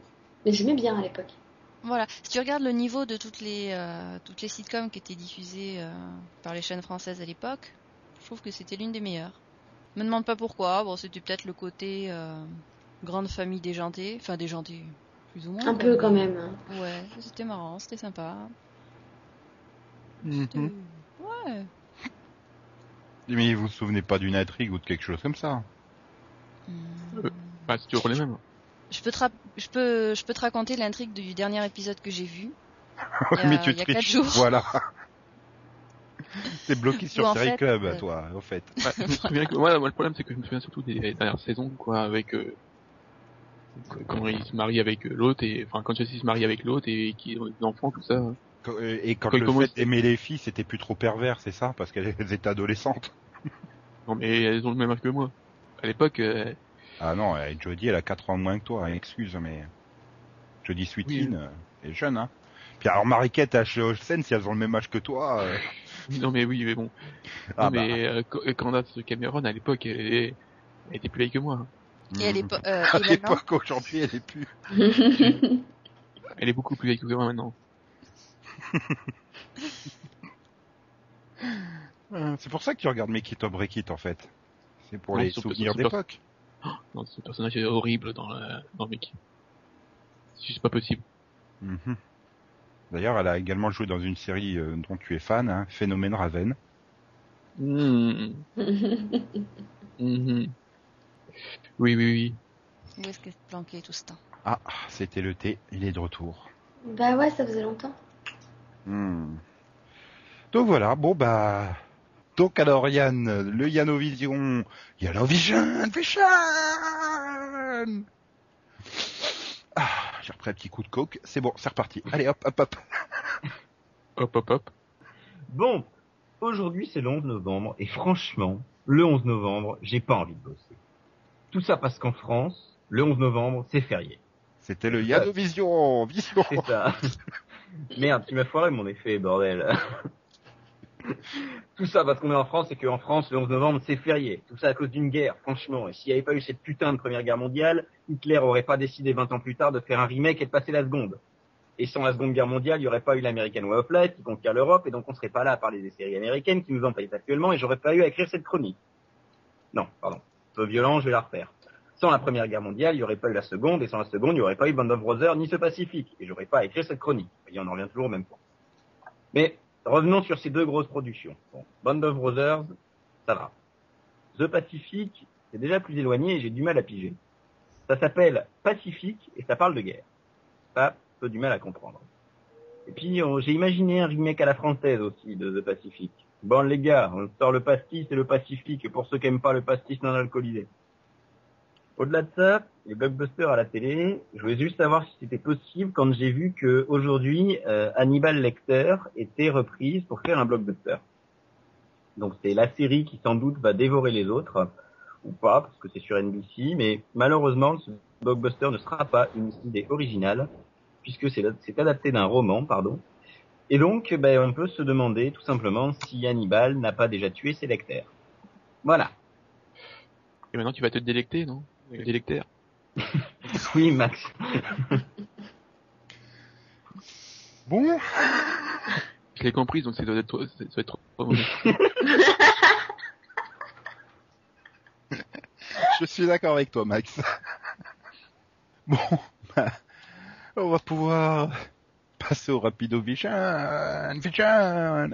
mais j'aimais bien à l'époque. Voilà. Si tu regardes le niveau de toutes les euh, toutes les sitcoms qui étaient diffusées euh, par les chaînes françaises à l'époque, je trouve que c'était l'une des meilleures. Me demande pas pourquoi. Bon, c'était peut-être le côté euh, grande famille déjantée, enfin déjantée plus ou moins. Un quoi. peu quand même. hein. Ouais, c'était marrant, c'était sympa. Mhm. C'était- Ouais. Mais vous vous souvenez pas d'une intrigue ou de quelque chose comme *laughs* ça Hmm. Euh, Bah, c'est toujours les mêmes. Je peux te rap- je peux je peux te raconter l'intrigue du dernier épisode que j'ai vu. Il y a- Mais tu Euh, il y a quatre triches, jours. *laughs* voilà. T'es bloqué sur Ou en Série fait, Club, euh, toi, au fait. Ouais, je me souviens que, ouais, moi, le problème, c'est que je me souviens surtout des dernières saisons, quoi, avec, euh, quand il se marie avec euh, l'autre, et, enfin, quand Jesse se marie avec l'autre, et qu'ils ont des enfants, tout ça. Qu- euh, Et quand Quand le il commence- fait d'aimer les filles, c'était plus trop pervers, c'est ça Parce qu'elles *laughs* étaient adolescentes. Non, mais elles ont le même âge que moi. À l'époque, euh, Ah non, euh, Jodie, elle a 4 ans de moins que toi, hein, excuse, mais... Jodie Sweetin, Oui. euh, elle est jeune, hein Puis alors, Mariquette et Ashley Olsen, si elles ont le même âge que toi... euh, oui, non, mais oui, mais bon. Ah non, mais, euh, Ca- euh, Candace Cameron, à l'époque, elle, elle était plus vieille que moi. Et elle est pas- Mhm. mm. *laughs* À euh, et maintenant, l'époque, aujourd'hui, elle est plus. Elle est beaucoup plus vieille que moi maintenant. Euh, C'est pour ça que tu regardes Make It or Break It, en fait. C'est pour Non, les c'est- souvenirs c'est- c'est- d'époque. Non, ce personnage est horrible dans le, dans le mec. C'est juste pas possible. Mhm. D'ailleurs, elle a également joué dans une série euh, dont tu es fan, hein, Phénomène Raven. Mhm. hein. *laughs* Mhm. Oui, oui, oui. où est-ce qu'elle se planquait tout ce temps Ah, c'était le thé, il est de retour. bah ouais, ça faisait longtemps. Donc voilà, bon bah. Donc alors Yann, le Yanovision, Yanovision, Vision Ah, j'ai repris un petit coup de coke, c'est bon, c'est reparti. Allez hop, hop, hop. Hop, hop, hop. Bon, aujourd'hui c'est le 11 novembre et franchement, le 11 novembre, j'ai pas envie de bosser. Tout ça parce qu'en France, le 11 novembre, c'est férié. C'était le Yanovision, Vision. C'est ça. *laughs* Merde, tu m'as foiré mon effet, bordel. *laughs* Tout ça parce qu'on est en France et qu'en France, le 11 novembre, c'est férié. Tout ça à cause d'une guerre, franchement. Et s'il n'y avait pas eu cette putain de première guerre mondiale, Hitler aurait pas décidé 20 ans plus tard de faire un remake et de passer la seconde. Et sans la seconde guerre mondiale, il n'y aurait pas eu l'American Way of Life qui conquiert l'Europe et donc on serait pas là à parler des séries américaines qui nous empêchent actuellement et j'aurais pas eu à écrire cette chronique. Non, pardon. Peu violent, je vais la refaire. Sans la Première Guerre mondiale, il n'y aurait pas eu la Seconde, et sans la Seconde, il n'y aurait pas eu Band of Brothers ni ce Pacifique, et j'aurais pas écrit cette chronique. Vous voyez, on en revient toujours au même point. Mais revenons sur ces deux grosses productions. Bon, Band of Brothers, ça va. The Pacifique, c'est déjà plus éloigné et j'ai du mal à piger. Ça s'appelle Pacifique et ça parle de guerre. Ça, peu du mal à comprendre. Et puis, on- j'ai imaginé un remake à la française aussi de The Pacifique. Bon, les gars, on sort le pastis et le Pacifique pour ceux qui aiment pas le pastis non alcoolisé. Au-delà de ça, les blockbusters à la télé, je voulais juste savoir si c'était possible quand j'ai vu que aujourd'hui euh, Hannibal Lecter était reprise pour faire un blockbuster. Donc c'est la série qui sans doute va dévorer les autres ou pas parce que c'est sur NBC, mais malheureusement ce blockbuster ne sera pas une idée originale puisque c'est c'est adapté d'un roman, pardon. Et donc ben, on peut se demander tout simplement si Hannibal n'a pas déjà tué ses lecteurs. Voilà. *laughs* Et maintenant, tu vas te délecter, non Le Délectaire. Oui Max. Bon, Je l'ai comprise, donc ça doit être, trop- ça doit être trop mauvais. je suis d'accord avec toi Max. *laughs* Bon, bah, on va pouvoir passer au Rapido Vision, Vision.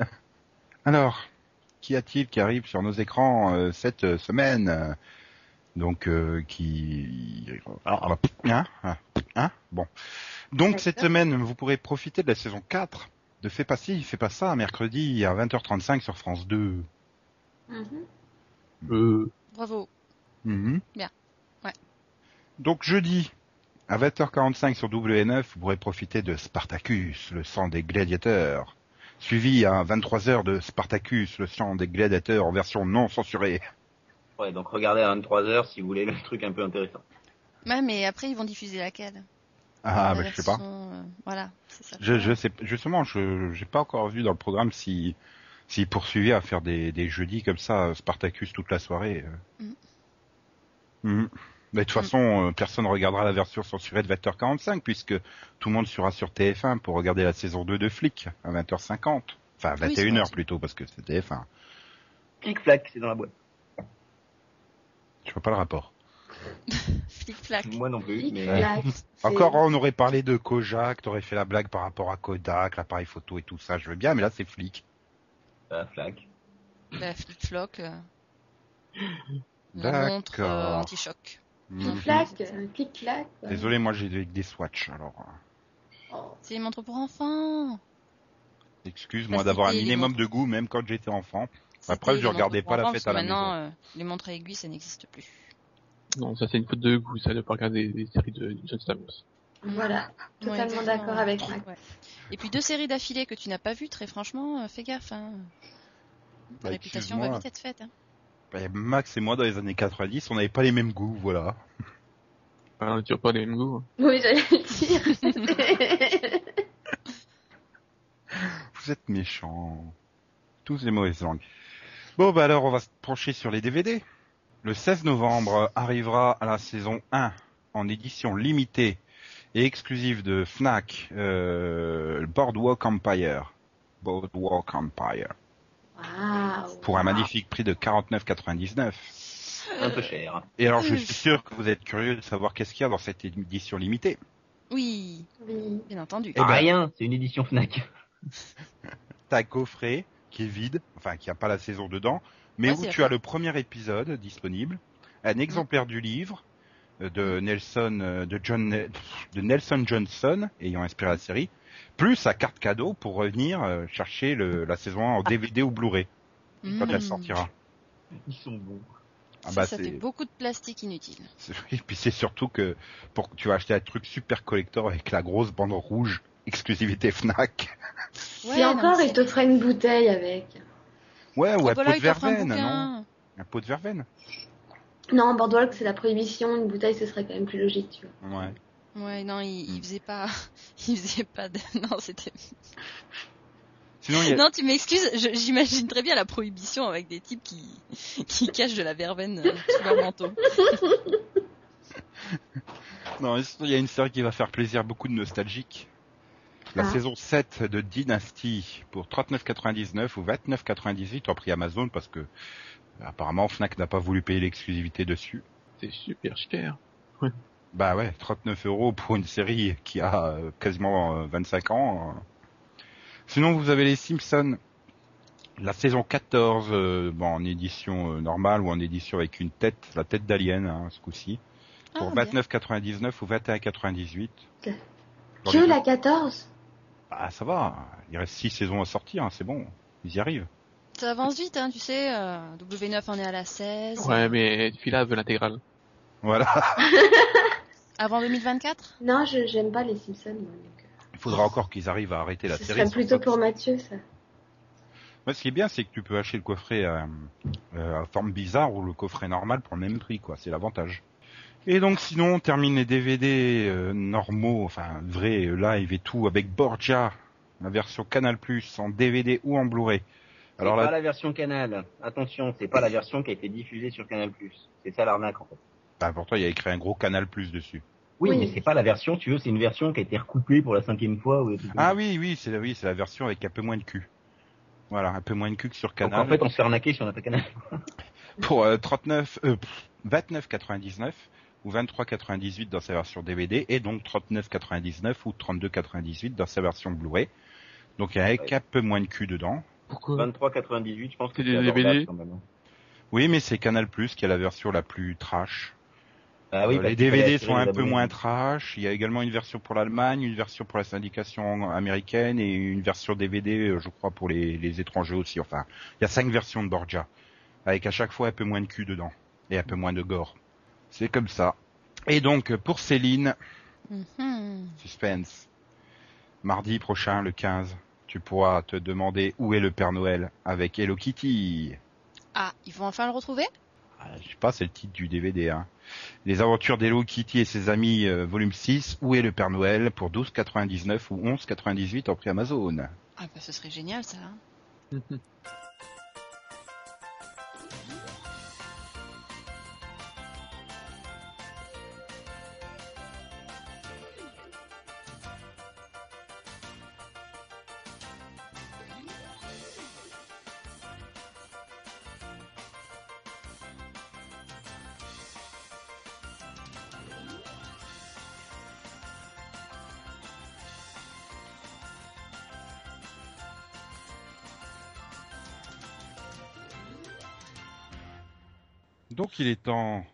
Alors, qu'y a-t-il qui arrive sur nos écrans euh, cette euh, semaine euh, Donc, euh, qui... Alors, hein, hein, hein, bon. Donc, cette semaine, vous pourrez profiter de la saison 4 de Fais pas ci, fais pas ça, mercredi à 20h35 sur France 2. Mm-hmm. Mhm. Euh, Bravo. Mhm. Bien. Ouais. Donc, jeudi, à 20h45 sur W9, vous pourrez profiter de Spartacus, le sang des gladiateurs. Suivi à 23h de Spartacus, le sang des gladiateurs en version non censurée. Ouais, donc regardez à 23h si vous voulez le truc un peu intéressant. Ouais, mais après, ils vont diffuser laquelle Ah, La bah, je sais pas. version, euh, voilà, c'est ça. Je, je sais, justement, je, j'ai pas encore vu dans le programme si, s'ils poursuivaient à faire des, des jeudis comme ça, euh, Spartacus toute la soirée. euh. Mhm. Mais de toute Mm. façon, euh, personne regardera la version censurée de 20h45 puisque tout le monde sera sur TF1 pour regarder la saison 2 de Flic à 20h50. Enfin, Oui, c'est 21h vrai. plutôt parce que c'est TF1. Clic-flac, c'est dans la boîte. Je vois pas le rapport. Flic-flac. Mm. Moi non plus, *laughs* mais... Tic-tac, c'est- Encore, on aurait parlé de Kojak, t'aurais fait la blague par rapport à Kodak, l'appareil photo et tout ça, je veux bien, mais là c'est Flic. Ah, flac. Bah, flic-floc. euh, la D'accord. montre euh, anti-choc. Mhm. Clac, euh, clic-clac. quoi. Désolé, moi j'ai des, des swatchs, alors euh, Oh. C'est les montres pour enfants. excuse-moi Bah, d'avoir un c'était les minimum montres. de goût, même quand j'étais enfant. C'était preuve, les je regardais montres pas pour la enfants, fête parce à que la maintenant, euh, les montres à aiguilles, ça n'existe plus. non, ça c'est une faute de goût, ça de pas regarder des séries de de John Stamos. Ouais, Voilà, totalement exactement. d'accord avec Max. *laughs* Ouais. Et puis deux séries d'affilée que tu n'as pas vues, très franchement, euh, fais gaffe. Hein. Ta Bah, réputation va excuse-moi. vite être faite. Hein. Bah, Max et moi, dans les années 90, on n'avait pas les mêmes goûts, voilà. Enfin, on n'a toujours pas les mêmes goûts. hein. Oui, j'allais le *laughs* dire. Vous êtes méchants. Tous les mauvaises langues. Bon, bah alors, on va se pencher sur les DVD. Le 16 novembre arrivera à la saison 1 en édition limitée et exclusive de Fnac euh, Boardwalk Empire. Boardwalk Empire. Waouh. Pour Ah. un magnifique prix de 49,99. Un peu cher. Et alors Hmm. je suis sûr que vous êtes curieux de savoir qu'est-ce qu'il y a dans cette édition limitée. Oui, Ah, Oui. bien Eh entendu. ben. Rien, c'est une édition Fnac. T'as coffret qui est vide, enfin qui a pas la saison dedans, mais Ouais, où c'est tu as le premier épisode disponible, un exemplaire du livre euh, de Mm. Nelson euh, de John de Nelson Johnson ayant inspiré la série, plus sa carte cadeau pour revenir euh, chercher le, la saison Ah. 1 en DVD ou Blu-ray quand elle Hmm. sortira. Ils sont bons. Ah Ça, bah, ça c'est- fait beaucoup de plastique inutile. C'est- Et puis c'est surtout que pour tu vas acheter un truc super collector avec la grosse bande rouge exclusivité Fnac. Et non, encore, mais il c'est- t'offrait une bouteille avec. Ouais, Ah, ou Oh, un voilà, pot de il t'offre un verveine, non bouquin. Un pot de verveine. Non, Boardwalk, c'est la prohibition. Une bouteille, ce serait quand même plus logique, tu vois. Ouais. Ouais, non, il, Hmm. il faisait pas, *laughs* il faisait pas de, non, c'était, *laughs* Sinon il y a- non, tu m'excuses, je- j'imagine très bien la prohibition avec des types qui, *laughs* qui cachent de la verveine euh, sous leur manteau. non, mais sinon, il y a une série qui va faire plaisir à beaucoup de nostalgiques. La Ah. saison 7 de Dynasty pour 39,99 ou 29,98 en prix Amazon parce que apparemment Fnac n'a pas voulu payer l'exclusivité dessus. C'est super cher. Bah ouais, 39 euros pour une série qui a euh, quasiment euh, 25 ans. euh. Sinon, vous avez les Simpsons, la saison 14, euh, bon, en édition euh, normale ou en édition avec une tête, la tête d'Alien, hein, ce coup-ci, pour Ah, bien. 29,99 ou 21,98. Que- Dans Que les- la 14 Ah, ça va, il reste 6 saisons à sortir, hein, c'est bon, ils y arrivent. Ça avance vite, hein, tu sais, euh, W9 on est à la 16. Ouais, mais Fila veut l'intégrale. Voilà, *laughs* Avant 2024 Non, je j'aime pas les Simpsons. moi, donc, euh, il faudra encore qu'ils arrivent à arrêter la Ce série. serait plutôt pour Mathieu, ça. Moi, ce qui est bien, c'est que tu peux acheter le coffret euh, euh, à forme bizarre ou le coffret normal pour le même prix, quoi. C'est l'avantage. Et donc, sinon, on termine les DVD euh, normaux, enfin vrais, euh, live et tout, avec Borgia, la version Canal Plus en DVD ou en Blu-ray. Alors Alors pas là, la version Canal. Attention, c'est pas la version qui a été diffusée sur Canal+. C'est ça l'arnaque en fait. bah, pour toi, il y a écrit un gros Canal Plus dessus. Oui, Oui. mais c'est pas la version, tu veux, c'est une version qui a été recoupée pour la cinquième fois. Ou des trucs comme Ah ça. oui, oui, c'est oui, c'est la version avec un peu moins de cul. Voilà, un peu moins de cul que sur Donc Canal. en fait, on se fait arnaquer si on n'a pas *laughs* Canal. pour euh, 39 euh, pff, 29,99 ou 23,98 dans sa version DVD et donc 39,99 ou 32,98 dans sa version Blu-ray. Donc il y a un peu moins de cul dedans. Pourquoi 23,98, je pense que C'est c'est des abordable, DVD. quand même. hein. Oui, mais c'est Canal Plus qui a la version la plus trash. Ah oui, Euh, parce les qu'il fallait DVD attirer sont les un peu abonnés. moins trash. Il y a également une version pour l'Allemagne, une version pour la syndication américaine et une version DVD, euh, je crois, pour les, les étrangers aussi. Enfin, il y a cinq versions de Borgia, avec à chaque fois un peu moins de cul dedans et un peu moins de gore. C'est comme ça. Et donc pour Céline, Mhm. suspense. Mardi prochain, le 15, tu pourras te demander où est le Père Noël avec Hello Kitty. Ah, ils vont enfin le retrouver Ah, Je sais pas, c'est le titre du DVD. Hein. Les aventures d'Hello Kitty et ses amis, euh, volume 6, Où est le Père Noël pour 12,99 ou 11,98 en prix Amazon. Ah bah ce serait génial ça. hein. Donc il est temps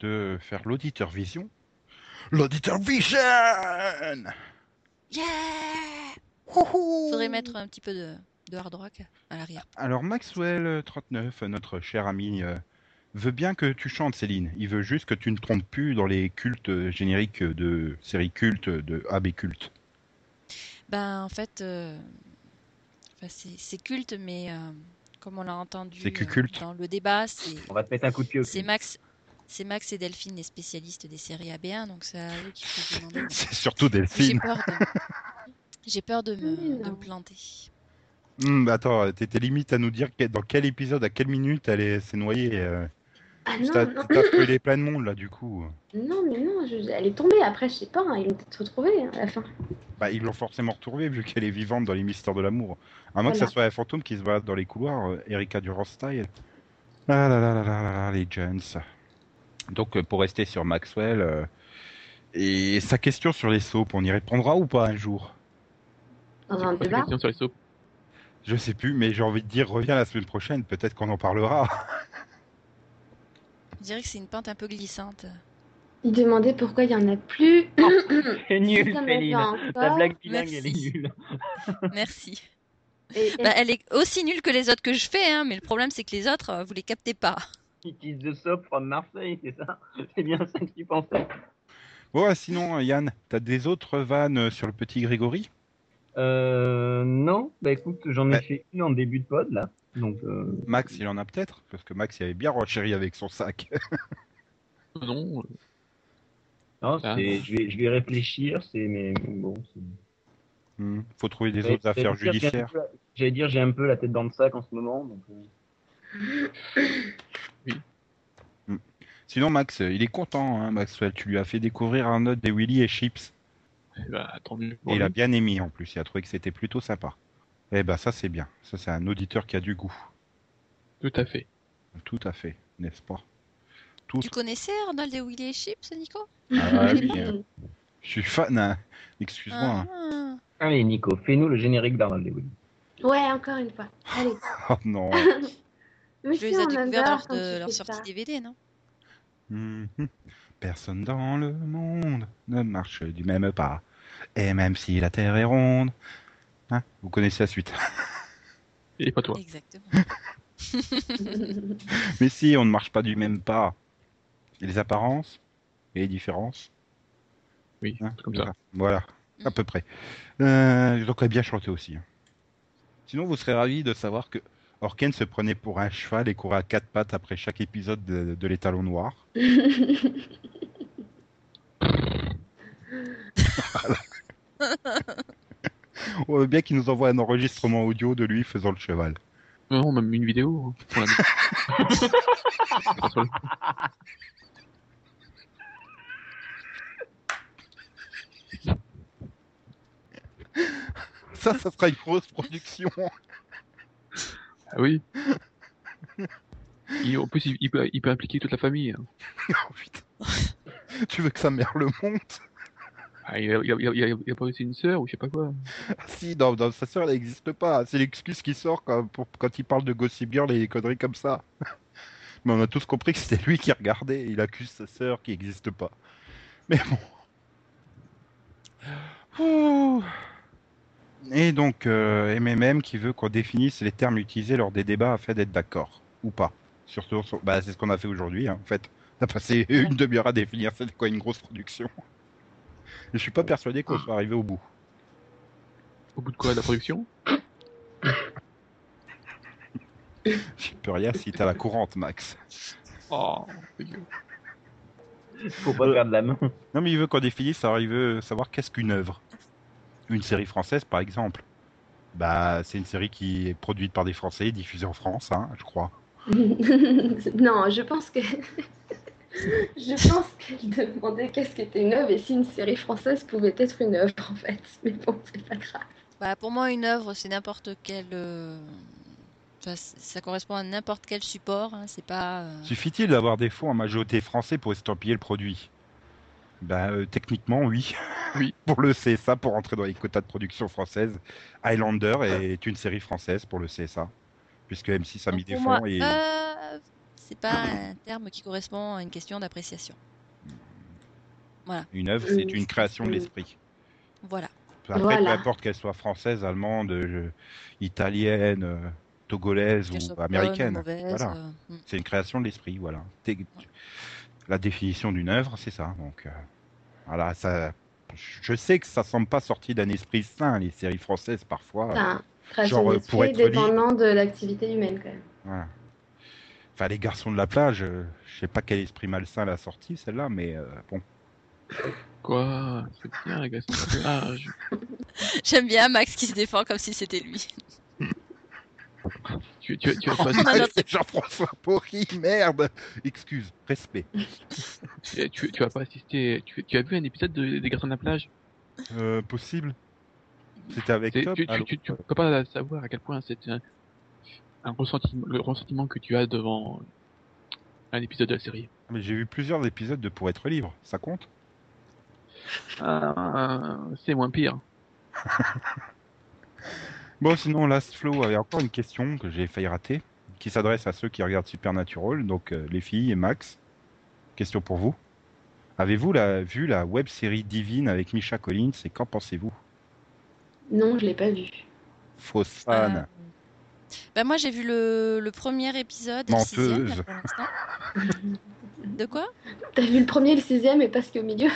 de faire l'auditeur vision. L'auditeur vision Yeah Wouhou Faudrait mettre un petit peu de, de hard rock à l'arrière. Alors Maxwell39, notre cher ami, euh, veut bien que tu chantes Céline. Il veut juste que tu ne trompes plus dans les cultes euh, génériques de séries cultes, de AB cultes. *laughs* Ben en fait, euh, enfin, c'est c'est culte, mais euh, comme on l'a entendu C'est euh, cuculte. dans le débat, c'est On va te mettre un coup de pied au c'est cul. Max. C'est Max et Delphine, les spécialistes des séries AB1, donc c'est à eux qu'il faut demander. Mais C'est surtout J'ai Delphine. peur de, j'ai peur de me, de me planter. Hmm, Hum, bah attends, t'étais limite à nous dire que- dans quel épisode, à quelle minute elle est- s'est noyée. euh. Ah Tu non, t'as non, t'as brûlé plein de monde là du coup. non, mais non, je- elle est tombée. Après, je sais pas, hein, ils l'ont peut-être retrouvée hein, à la fin. Bah ils l'ont forcément retrouvée vu qu'elle est vivante dans les mystères de l'amour. À moins que Voilà. ça soit un fantôme qui se balade dans les couloirs, euh, Erika Durant style. Ah là là là là là là, les gens. Donc euh, pour rester sur Maxwell euh, et sa question sur les sopes, on y répondra ou pas un jour Dans un Pas de débat. question sur les soaps. Je sais plus, mais j'ai envie de dire reviens la semaine prochaine, peut-être qu'on en parlera. Je dirais que c'est une pente un *laughs* peu glissante. Il demandait pourquoi il y en a *laughs* plus. Si C'est Oh, nul, ça m'avait Céline. encore. Ta blague bilingue, Merci. elle est nulle. Merci. Et- et- Bah, elle est aussi nulle que les autres que je fais, hein, mais le problème c'est que les autres, euh, vous les captez pas. It is the soap from Marseille, c'est ça C'est bien ça que tu pensais. Bon, ah, sinon, euh, Yann, t'as des autres vannes sur le petit Grégory Euh, non, bah écoute, j'en ai Bah. fait une en début de pod, là. Donc, euh, Max, il en a peut-être Parce que Max, il avait bien renchéri avec son sac. Non, euh, non, c'est- Ah. je, vais, je vais réfléchir, c'est mais bon. c'est- *laughs* Hmm, Faut trouver des Ouais, autres j'allais affaires dire, j'ai un judiciaires. peu la- J'allais dire, j'ai un peu la tête dans le sac en ce moment. Donc, euh, Sinon, Max, euh, il est content, hein, Maxwell. Tu lui as fait découvrir un autre des Willy et Chips. eh ben, tant mieux pour Et il a lui. bien aimé, en plus. Il a trouvé que c'était plutôt sympa. Eh ben, ça, c'est bien. Ça, c'est un auditeur qui a du goût. Tout à fait. Tout à fait, n'est-ce pas Tu connaissais Arnold et Willy et Chips, Nico Ah oui, euh, je suis fan, hein. Excuse-moi. hein. Ah. Allez, Nico, fais-nous le générique d'Arnold Lewin. Ouais, encore une fois. Allez. Oh non Mais Je si, les ai on découverts adore lors quand de tu leur fais sortie ça. DVD, non Mhm. Personne dans le monde ne marche du même pas. Et même si la Terre est ronde. Hein Vous connaissez la suite. Et pas toi. Exactement. Mais si, on ne marche pas du même pas. Et les apparences et les différences. Oui, hein, comme ça. Voilà, à peu près. Euh, donc, elle a bien chanté aussi. hein. Sinon, vous serez ravis de savoir que Orken se prenait pour un cheval et courait à quatre pattes après chaque épisode de, de l'étalon noir. On veut bien qu'il nous envoie un enregistrement audio de lui faisant le cheval. Non, même une vidéo. hein, pour la mettre. Ça, ça sera une grosse production. Ah oui. Et en plus, il, il peut, il peut impliquer toute la famille. hein. Oh, putain. *laughs* tu veux que sa mère le monte Ah, il, a, il, a, il, a, il a- il a pas aussi une sœur ou je sais pas quoi. Ah *laughs* Si, non, non, sa sœur, elle n'existe pas. C'est l'excuse qui sort quand, pour- quand il parle de Gossip Girl et des conneries comme ça. *laughs* Mais on a tous compris que c'était lui qui regardait. Il accuse sa sœur qui n'existe pas. Mais bon. Ouh. Et donc, euh, MMM qui veut qu'on définisse les termes utilisés lors des débats afin d'être d'accord. Ou pas. Surtout, sur- bah, c'est ce qu'on a fait aujourd'hui. hein, en fait, on a passé une demi-heure à définir c'est quoi une grosse production. *laughs* Et je suis pas persuadé qu'on soit arrivé au bout. Au bout de quoi, la production J'y peux rien si t'as la courante, Max. Oh, c'est vieux. Faut pas perdre la main. Non, mais il veut qu'on définisse, alors il veut savoir qu'est-ce qu'une œuvre. Une série française, par exemple. Bah, c'est une série qui est produite par des Français, diffusée en France, hein, je crois. *laughs* non, je pense que. *laughs* je pense qu'elle demandait qu'est-ce qu'était une œuvre et si une série française pouvait être une œuvre en fait. Mais bon, c'est pas grave. Bah, pour moi, une œuvre, c'est n'importe quel. euh, enfin, c- ça correspond à n'importe quel support. hein, c'est pas. euh, Suffit-il d'avoir des fonds en majorité français pour estampiller le produit Bah, euh, techniquement, oui. *laughs* Oui. pour le CSA, pour entrer dans les quotas de production française, Highlander est une série française pour le CSA. Puisque M6 a mis donc, des pour fonds moi, euh, et. œuvre, c'est pas un terme qui correspond à une question d'appréciation. Une œuvre, c'est une création de l'esprit. Voilà. Après, peu Voilà. importe qu'elle soit française, allemande, euh, italienne, euh, togolaise Qu'elle ou soit bonne américaine, mauvaise, voilà. euh, *laughs* mm. c'est une création de l'esprit. Voilà. T'es- tu- La définition d'une œuvre, c'est ça. Donc, euh, voilà, ça. Je sais que ça semble pas sorti d'un esprit sain, les séries françaises parfois. Ah. Enfin, création Genre, euh, d'esprit pour être libre. dépendant de l'activité humaine quand même. Voilà. Enfin, les garçons de la plage, euh, je sais pas quel esprit malsain l'a sorti celle-là, mais euh, bon. Quoi C'est bien, la glace. Ah, je- J'aime bien Max qui se défend comme si c'était lui. tu tu, *laughs* tu, tu, On a notre- Jean-François Porry, merde Excuse, respect. tu, tu, tu as pas assisté, tu, tu as vu un épisode de- des Garçons de la plage Mm. Euh, possible C'était avec C'est- Top tu, tu, alors- tu, tu peux pas savoir à quel point c'est un, un ressentiment, le ressentiment que tu as devant un épisode de la série. Mais j'ai vu plusieurs épisodes de Pour être libre, ça compte Ah, c'est moins pire. Bon, sinon, Last Flow avait encore une question que j'ai failli rater, qui s'adresse à ceux qui regardent Supernatural, donc euh, les filles et Max. Question pour vous. Avez-vous la, vu la web série Divine avec Misha Collins et qu'en pensez-vous Non, je l'ai pas vu. Fausse Ah, fan. Euh, Ah, bah, moi j'ai vu le, le premier épisode et le Menteuse. sixième, là, pour l'instant. De quoi T'as vu le premier, le sixième et pas ce qui est au milieu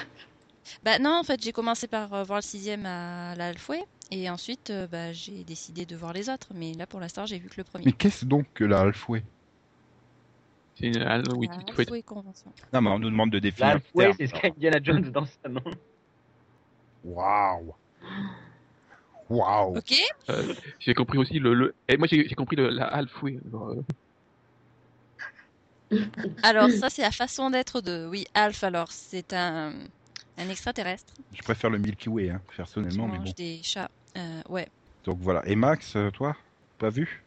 Bah non, en fait j'ai commencé par euh, voir le sixième à la Alfouet et ensuite euh, bah, j'ai décidé de voir les autres, mais là pour l'instant j'ai vu que le Mais premier. qu'est-ce donc que la Halfway C'est une, ah, *laughs* oui, La il faut être- Halfway Convention. Non, mais on nous demande de définir. Là, le ouais, terme, c'est ce alors. qu'a Indiana Jones dans sa main. Waouh Waouh Ok, euh, j'ai compris aussi le, le... Et moi j'ai j'ai compris le, la halfway. genre, euh, alors ça c'est la façon d'être de... Oui, Alf alors, c'est un, un extraterrestre Je préfère le Milky Way, hein, qui personnellement, mais mange bon. des chats. Euh, ouais. Donc voilà. Et Max, euh, toi Pas vu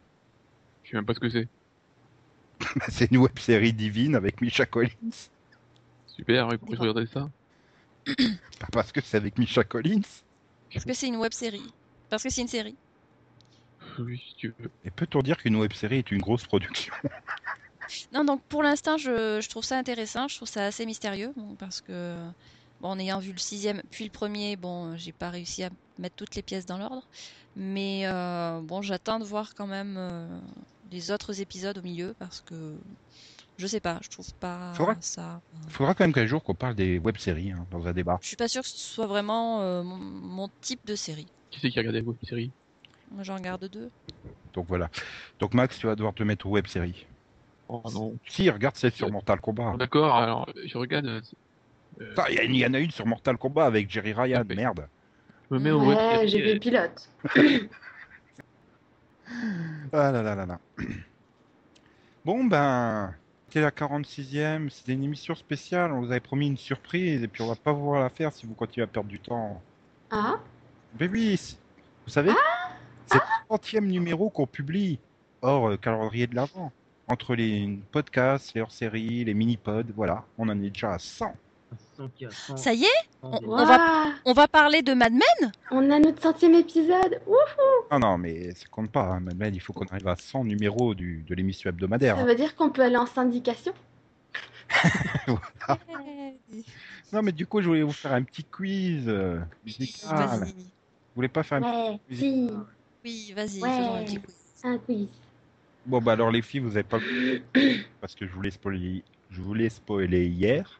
je sais même pas ce que c'est. *laughs* C'est une web série divine avec Misha Collins. Super, et pourquoi je regardais ça Pas Ah, parce que c'est avec Misha Collins. Parce que c'est une web série. Parce que c'est une série. Oui, si tu veux. Et peut-on dire qu'une web série est une grosse production Non, donc pour l'instant, je, je trouve ça intéressant, je trouve ça assez mystérieux, bon, parce que, bon, en ayant vu le sixième, puis le premier, bon, euh, j'ai pas réussi à mettre toutes les pièces dans l'ordre, mais euh, bon, j'attends de voir quand même euh, les autres épisodes au milieu, parce que, je sais pas, je trouve pas Faudra- ça... euh, Faudra quand même qu'un jour qu'on parle des web séries dans un débat. Je suis pas sûre que ce soit vraiment euh, mon, mon type de série. Qui c'est qui regardait vos séries Moi, j'en garde deux. Donc voilà. Donc Max, tu vas devoir te mettre aux web séries. Oh non. Si, regarde celle sur Mortal Kombat. Bon, D'accord, alors je regarde, euh, euh, Putain, Il y a- il y en a une sur Mortal Kombat avec Jerry Ryan, Ouais. merde. je me mets au Ouais, web j'ai vu série, le pilote. Ah là là là là. *clears throat* Bon ben, c'était la 46e, c'était une émission spéciale, on vous avait promis une surprise et puis on va pas pouvoir la faire si vous continuez à perdre du temps. Ah Mais oui, c- vous savez, c'est le 30e numéro qu'on publie hors euh, calendrier de l'avant. Entre les podcasts, les hors-séries, les mini-pods, voilà, on en est déjà à 100. Ah. Ça y est, Sans- On on, va- on va parler de Mad Men on a notre centième épisode. Ouh, Non, non, mais ça compte pas, hein, Madeleine, il faut qu'on arrive à 100 numéros du, de l'émission hebdomadaire. ça hein. veut dire qu'on peut aller en syndication Non, mais du coup, je voulais vous faire un petit quiz euh, musical. Vous Vas-y. voulez pas faire un petit... Ouais, musique. si, Oui, vas-y, Ouais. faisons un petit quiz. un quiz. Bon, bah alors, les filles, vous avez pas... *coughs* Parce que je voulais spoiler, je voulais spoiler hier.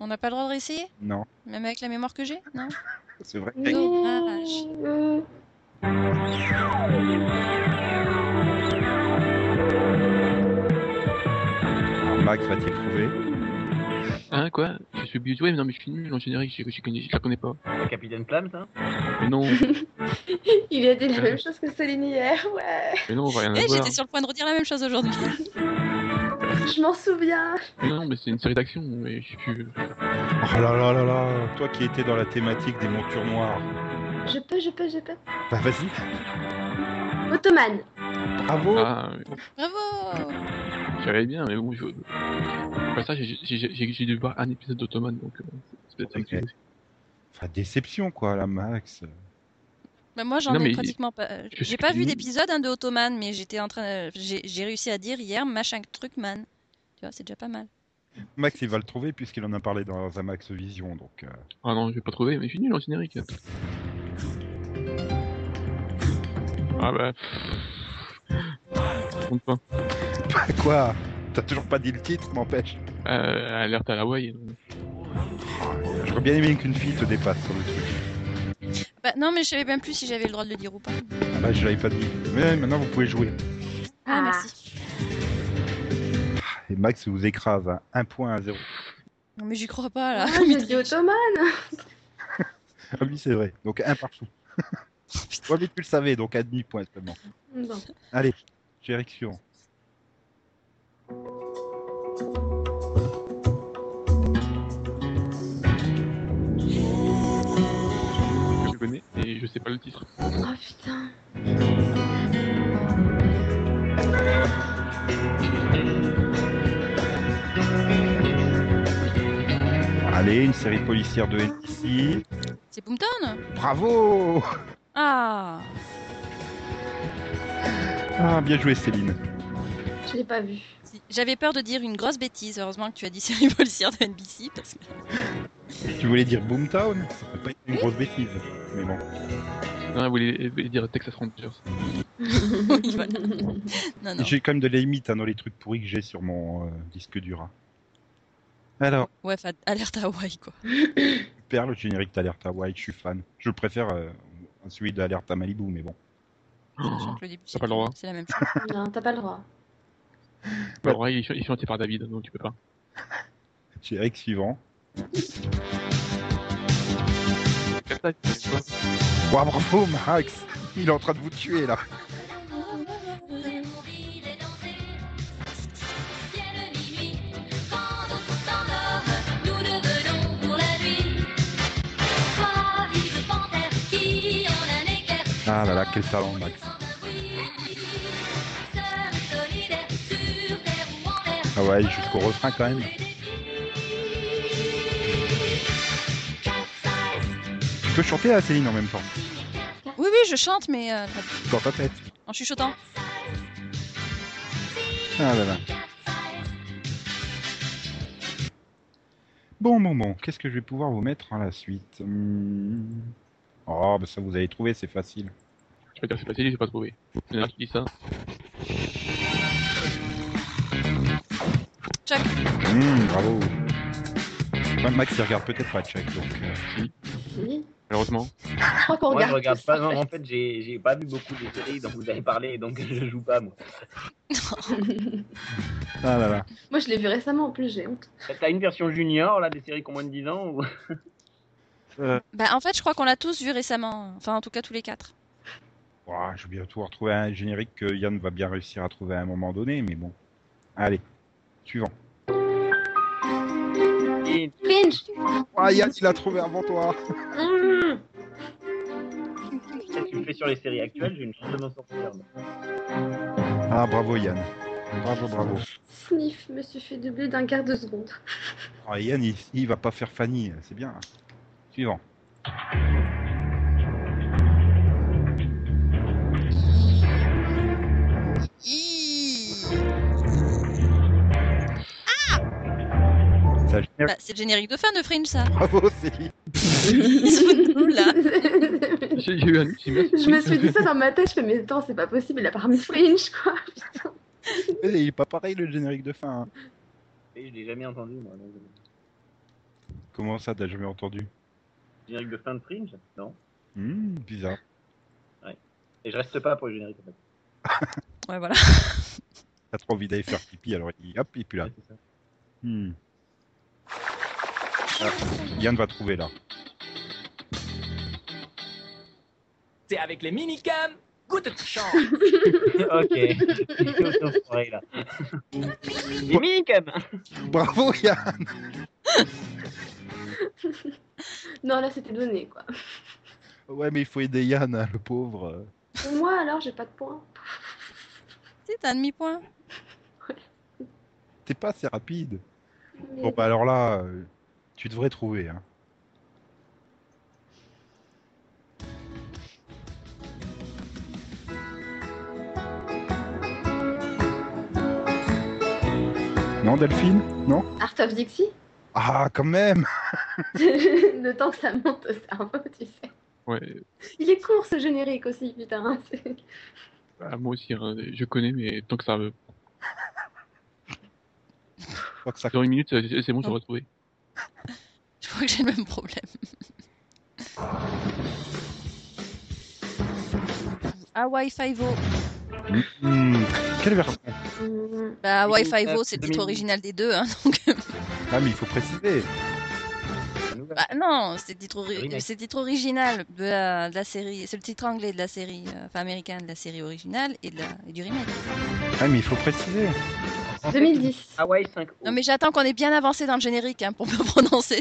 On n'a pas le droit de réessayer Non, Même avec la mémoire que j'ai Non c'est vrai. Mais, Dommage. euh, Alors, Max va-t-il trouver Ah, Hein, quoi Je suis obligé de jouer, mais non, mais je suis nul en générique, je, je, connais- je la connais pas. Le Capitaine hein. Flamme, ça *laughs* Mais non, *laughs* Il a dit la Ouais. même chose que Céline hier, ouais. mais non, on va rien Eh, avoir. J'étais sur le point de redire la même chose aujourd'hui. Je m'en souviens. Mais non, mais c'est une série d'action, mais je suis plus... Oh là là là là, toi qui étais dans la thématique des montures noires. Je peux, je peux, je peux. Bah vas-y, Ottoman. bravo. Ah, *laughs* Bravo j'avais bien, mais bon, je... Après ça, j'ai- j'ai j'ai- j'ai dû voir un épisode d'Ottoman, donc euh, c'est peut-être ça que tu Ok. Enfin, déception quoi, la Max. bah, Moi, j'en Non, ai mais- pratiquement pas. Je J'ai pas suis- vu d'épisode hein, de Ottoman, mais j'étais en train. de- J'ai j'ai réussi à dire hier machin trucman. Tu vois, c'est déjà pas mal. Max, il va le trouver puisqu'il en a parlé dans un Max Vision, donc. euh, *laughs* Ah non, je vais pas trouver, mais je suis nul en générique. Ah bah... pff, compte pas. Bah, quoi T'as toujours pas dit le titre, m'empêche. Euh, alerte à la Hawaii. J'aurais bien aimé qu'une fille te dépasse sur le truc. Bah, non, mais je savais même plus si j'avais le droit de le dire ou pas. Ah bah je l'avais pas dit. Mais maintenant vous pouvez jouer. Ah, Ah. merci. Et Max vous écrase à 1 point à 0. Non, *laughs* mais j'y crois pas là. Ah, j'ai dit Ottoman. Ah oui, c'est vrai. *laughs* Donc un partout. ouais, mais tu le savais, donc à demi point seulement. Bon. Allez, direction. je le connais et je sais pas le titre. Oh putain. Allez, une série policière de NBC. C'est Boomtown Bravo Ah Ah, bien joué Céline. Je l'ai pas vu. Si. J'avais peur de dire une grosse bêtise. Heureusement que tu as dit série policière de NBC. Parce que... *laughs* Tu voulais dire Boomtown Ça peut pas être une grosse bêtise. Mais bon. Non, vous voulez voulez dire Texas Rangers. voilà. Non, non. J'ai quand même de la limite hein, dans les trucs pourris que j'ai sur mon euh, disque dur. hein. Alors, Ouais, fa- alerte à Hawaï, quoi. super le générique d'Alerte Hawaii, je suis fan. Je préfère euh, celui d'Alerte à Malibu, mais bon. Oh, Sachant que le début, c'est- Ah. pas le droit. C'est la même chose. Non, t'as pas le droit. Alors, ouais, il est ch- il est chanté par David, donc tu peux pas. Générique suivant. Captain, c'est quoi Ouah, bravo, Max Il est en train de vous tuer, là Nous avons ri et dansé. Viens le minuit, quand d'autres s'endorment, nous le venons pour la nuit. Toi, vive panthère, qui en un éclair. Ah là là, quel talent Max. Sœur et solidaire, sur terre ou en l'air. Ah ouais, jusqu'au refrain quand même. Tu peux chanter à Céline en même temps, Oui, oui, je chante, mais euh, dans ta tête. en chuchotant. Ah là là. Bon, bon, bon, qu'est-ce que je vais pouvoir vous mettre à la suite Hmm. Oh, bah ça vous allez trouver, c'est facile. Je vais dire, c'est pas Céline, j'ai pas trouvé. Il y en a un qui dit ça. Hmm, bravo. Enfin, Max, il regarde peut-être pas Chuck, donc... euh, Si. *laughs* Malheureusement. Je crois qu'on Moi, regarde. je regarde tous, pas. en Non, fait. en fait, j'ai j'ai pas vu beaucoup de séries dont vous avez parlé, donc *laughs* je joue pas, moi. Ah là là. *laughs* Moi, je l'ai vu récemment en plus, j'ai honte. Bah, T'as une version junior, là, des séries qui ont moins de 10 ans ou... Bah, en fait, je crois qu'on l'a tous vu récemment. Enfin, en tout cas, tous les quatre. Ouah, je vais bientôt retrouver un générique que Yann va bien réussir à trouver à un moment donné, mais bon. Allez, suivant. Et- Cringe Ah, Yann, il a trouvé avant toi Mmh. Si tu me fais sur les séries actuelles, j'ai une chance de m'en sortir. Ah, bravo Yann. Bravo, bravo. Sniff me suis fait doubler d'un quart de seconde. Ah, Yann, il, il va pas faire Fanny, c'est bien. hein. Suivant. Ih Ça génère- Bah, c'est le générique de fin de Fringe, *laughs* ça. Bravo, Céline *laughs* Ils se foutent de nous, là. J'ai j'ai eu un petit *laughs* Je me suis dit ça dans ma tête, je fais mais attends, c'est pas possible, il a parmi Fringe quoi. Eh, Il est pas pareil le générique de fin. hein. Et je l'ai jamais entendu, moi. donc, euh, Comment ça, t'as jamais entendu Générique de fin de Fringe Non. Hmm, Bizarre. Et je reste pas pour le générique, en fait. Ouais, *laughs* voilà. T'as trop envie d'aller faire pipi, alors il, hop, il pue là. Ouais, c'est ça. Hmm. Ah, Yann va trouver là. C'est avec les minicams, goûte de chance. *laughs* ok. C'est auto-forêt, là. Les minicams Bravo, Yann Non, là c'était donné quoi. Ouais, mais il faut aider Yann, hein, le pauvre. Pour moi alors, j'ai pas de points. C'est un demi-point. T'es pas assez rapide. Mais- Bon, bah alors là, euh, tu devrais trouver. Hein. Non, Delphine Non Art of Dixie *laughs* Ah, quand même Le temps que ça monte au cerveau, tu sais. Ouais, Il est court ce générique aussi, putain. *laughs* hein, c'est- bah, moi aussi, hein, je connais, mais tant que ça. euh, Je crois que ça Dans une minute, euh, c'est c'est bon, Ah. je vais retrouver. Je crois que j'ai le même *laughs* problème. Hawaii Five-O. Hmm, Quelle version Mmh. Bah, Hawaii Minicam, Five-O, c'est le titre 2000. original des deux, hein, donc... Ah, mais il faut préciser. Nouvelle. Bah, non, c'est le titre, ori- Remake. c'est le titre original de la, de la série. C'est le titre anglais de la série, euh, enfin américain de la série originale et, de la- et du remake. Ah, mais il faut préciser. 2010. Hawaii 5 Non, mais j'attends qu'on ait bien avancé dans le générique hein, pour me *laughs* prononcer.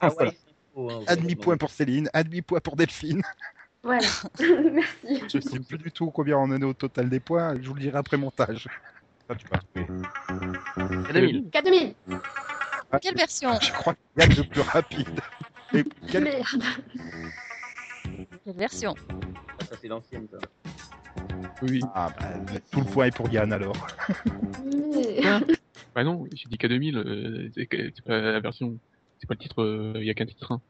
Hawaii hein, 5 Ah, Admi point pour Céline, admi point pour Delphine. Voilà. *laughs* Merci. Je sais plus du tout combien on en est au total des points. Je vous le dirai après montage. Ça, Ah, tu vas retrouver. Euh, 4000. 4000. Quelle version Je crois qu'il y a que le plus rapide. Et quel- Merde. Quelle version Ça, c'est l'ancienne, ça. Oui. Ah, bah, tout le point est pour Yann alors. Mais- Bah non, j'ai dit K2000, euh, c'est que- c'est pas la version, c'est pas le titre, euh, il y a qu'un titre. hein.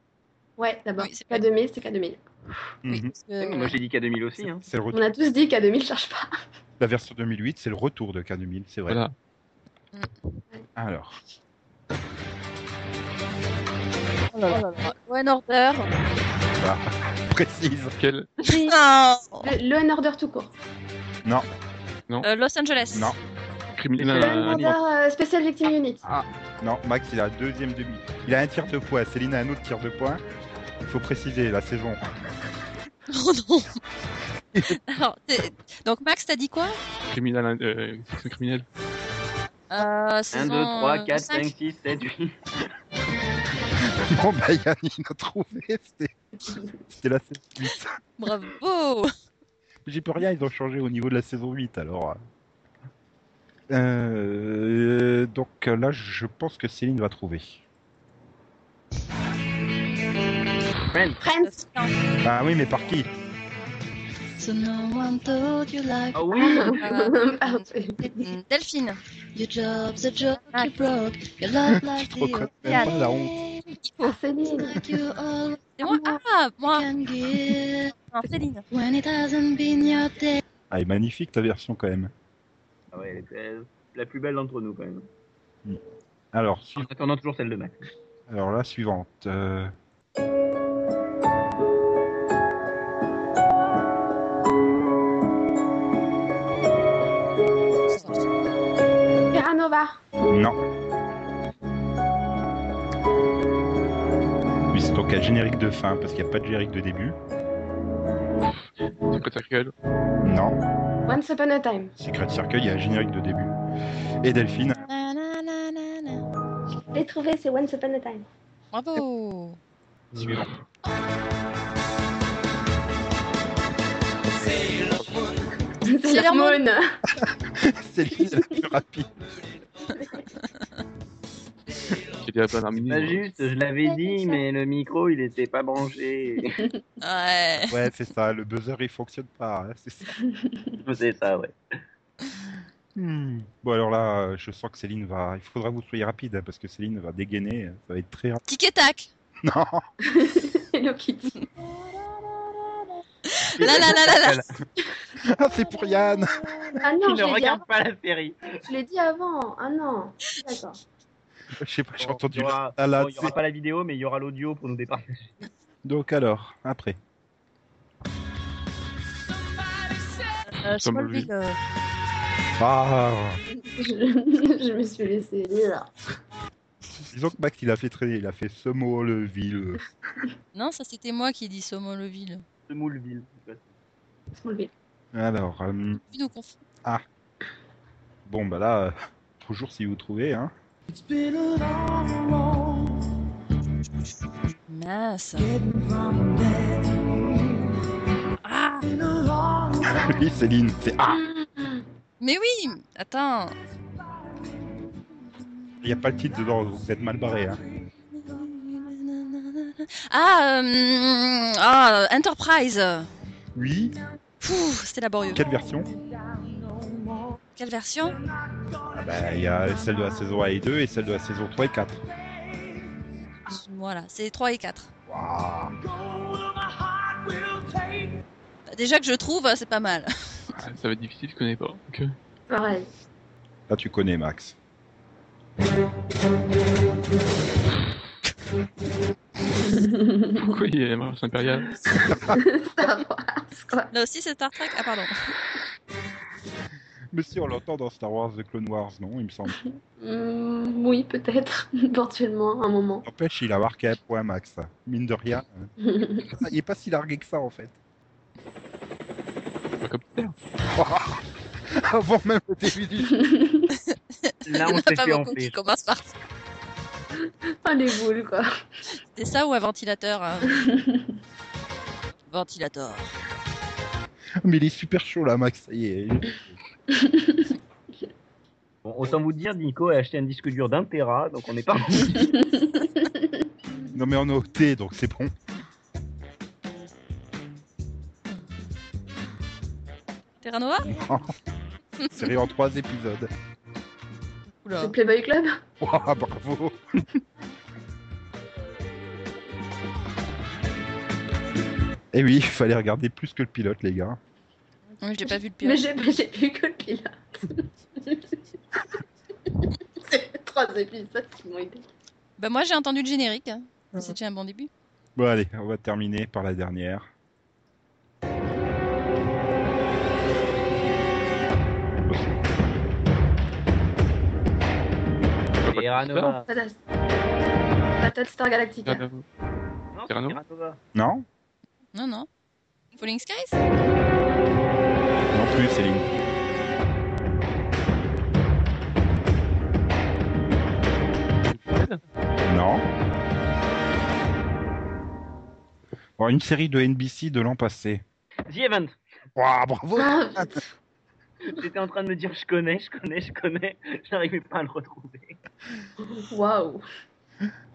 Ouais, d'abord. Oui, c'est vrai. K2000, c'est K2000. Oui, Mhm. parce Eh, que- mais Moi, j'ai dit K2000 aussi. Hein. C'est le On retour. a tous dit K2000, cherche pas. La version 2008, c'est le retour de K2000, c'est vrai. Voilà. Alors, Oh One Order. Précise. Quel Oui. *laughs* Non. Le, le An Order tout court. Euh, Los Angeles. Non. criminel Le An euh, Order euh, Special Victim Unit. non, Max, il a un deuxième demi. Il a un tiers de poids. Céline a un autre tiers de poids. Il faut préciser *laughs* la saison. *laughs* Oh non. Alors, t'es- donc Max, t'as dit quoi criminel, euh, section criminelle. euh, 1, 2, 3, 4, 5, 6, 7, 8. Bon, bah Yann, il a trouvé. C'était c'était la saison 8. Bravo. J'y peux rien, ils ont changé au niveau de la saison 8, alors. Euh, donc là, je pense que Céline va trouver. Friends. Ah oui, mais par qui So no one told you like Ah oui euh, Parfait. *laughs* Delphine. your job's a joke Ah. you *laughs* broke. Your love life te reconnais the pas, la honte. only Ah, Céline. like you all C'est moi Ah, moi. can give Non, Céline. when it hasn't been your day. Ah, est magnifique ta version quand même. Ah ouais, elle est euh, la plus belle d'entre nous, quand même. Alors, En su- attendant toujours celle de Mac. alors la suivante. euh, Terra Nova. Non. Oui, c'est donc un générique de fin, parce qu'il n'y a pas de générique de début. Secret Circle. Non. Once Upon a Time. Secret Circle, il y a un générique de début. Et *laughs* Delphine Na, na, na, na, na. Je l'ai trouvé, c'est Once Upon a Time. Bravo. Suivant. C'est l'hormone. Céline, la *laughs* plus rapide. J'ai dit à euh, plein d'harmonies. Pas Bah, juste, je l'avais dit, mais le micro, il était pas branché. *laughs* Ouais. Ouais, c'est ça, le buzzer il fonctionne pas, hein, c'est ça. c'est ça, ouais. Bon alors là, euh, je sens que Céline va... Il faudra que vous soyez rapide, hein, parce que Céline va dégainer, euh, ça va être très rapide. Tic et tac. Non *laughs* Hello Kitty. Là, là, là, là, là. Ah, c'est pour Yann Ah non, je l'ai Il ne dit, regarde avant- pas la série. je l'ai dit avant. Ah non. D'accord. Je sais pas, j'ai Bon, entendu Il y aura, la- la- bon, il y aura pas la vidéo, mais il y aura l'audio pour nous départager. Donc alors, après. Euh, Smallville. euh, Ah Je, *laughs* je me suis laissée lire. Disons que Max il a fait traîner, il a fait ce mot, le ville. Non, ça c'était moi qui ai dit Somoloville. Ce Mouleville. Smallville. Alors, euh, Tu nous confonds. bon bah là, euh, toujours si vous trouvez, hein. *laughs* Mince. Oui, Céline, c'est... Ah Mmh. Mais oui. Attends. Il n'y a pas le titre dedans, vous êtes mal barré, hein. Ah, euh, ah, Enterprise. Oui, Pouh, c'était laborieux. quelle version Quelle version Ah bah, il y a celle de la saison 1 et 2 et celle de la saison 3 et 4. Voilà, c'est 3 et 4. Waouh Bah, Déjà que je trouve, euh, c'est pas mal. Ah, ça va être difficile, je connais pas. Ok. Pareil. Là, tu connais, Max. Pourquoi il y a la marche impériale Ça va. Ah, Là aussi, c'est Star Trek. Ah, pardon. Mais si on l'entend dans Star Wars The Clone Wars, non, il me semble. *laughs* Hmm, oui, peut-être, *laughs* éventuellement, un moment. *laughs* N'empêche, il a marqué un point max. Mine de rien. Il est pas si largué que ça en fait. *laughs* Pas comme ça. Avant même le début du ah, *laughs* Là, Il y en on a s'est pas fait beaucoup qui enfler. commencent par les boules, quoi. C'est ça ou un ventilateur *laughs* hein Ventilateur. Mais il est super chaud là, Max. Ça y est. Bon, autant vous dire, Nico a acheté un disque dur d'un téra, donc on *laughs* n'est pas. Non mais on a ôté, donc c'est bon. Terra Nova Série en trois épisodes. Oula. C'est Playboy Club Ouah, bravo. *laughs* Eh oui, il fallait regarder plus que le pilote, les gars. Oui, j'ai pas vu le pire. Mais j'ai mais j'ai vu que le pilote. C'est trois épisodes qui m'ont aidé. Bah moi j'ai entendu le générique. hein. Ah. C'est déjà un bon début. Bon allez, on va terminer par la dernière. Terra Nova. Battle- Battlestar Galactica. Non, c'est Terra Nova. Terra Nova. Non Non, non. Falling Skies Non plus, Céline. Non. Bon, une série de NBC de l'an passé. The Event. Ouah, bravo Ah, J'étais en train de me dire, je connais, je connais, je connais. J'arrivais pas à le retrouver. Waouh.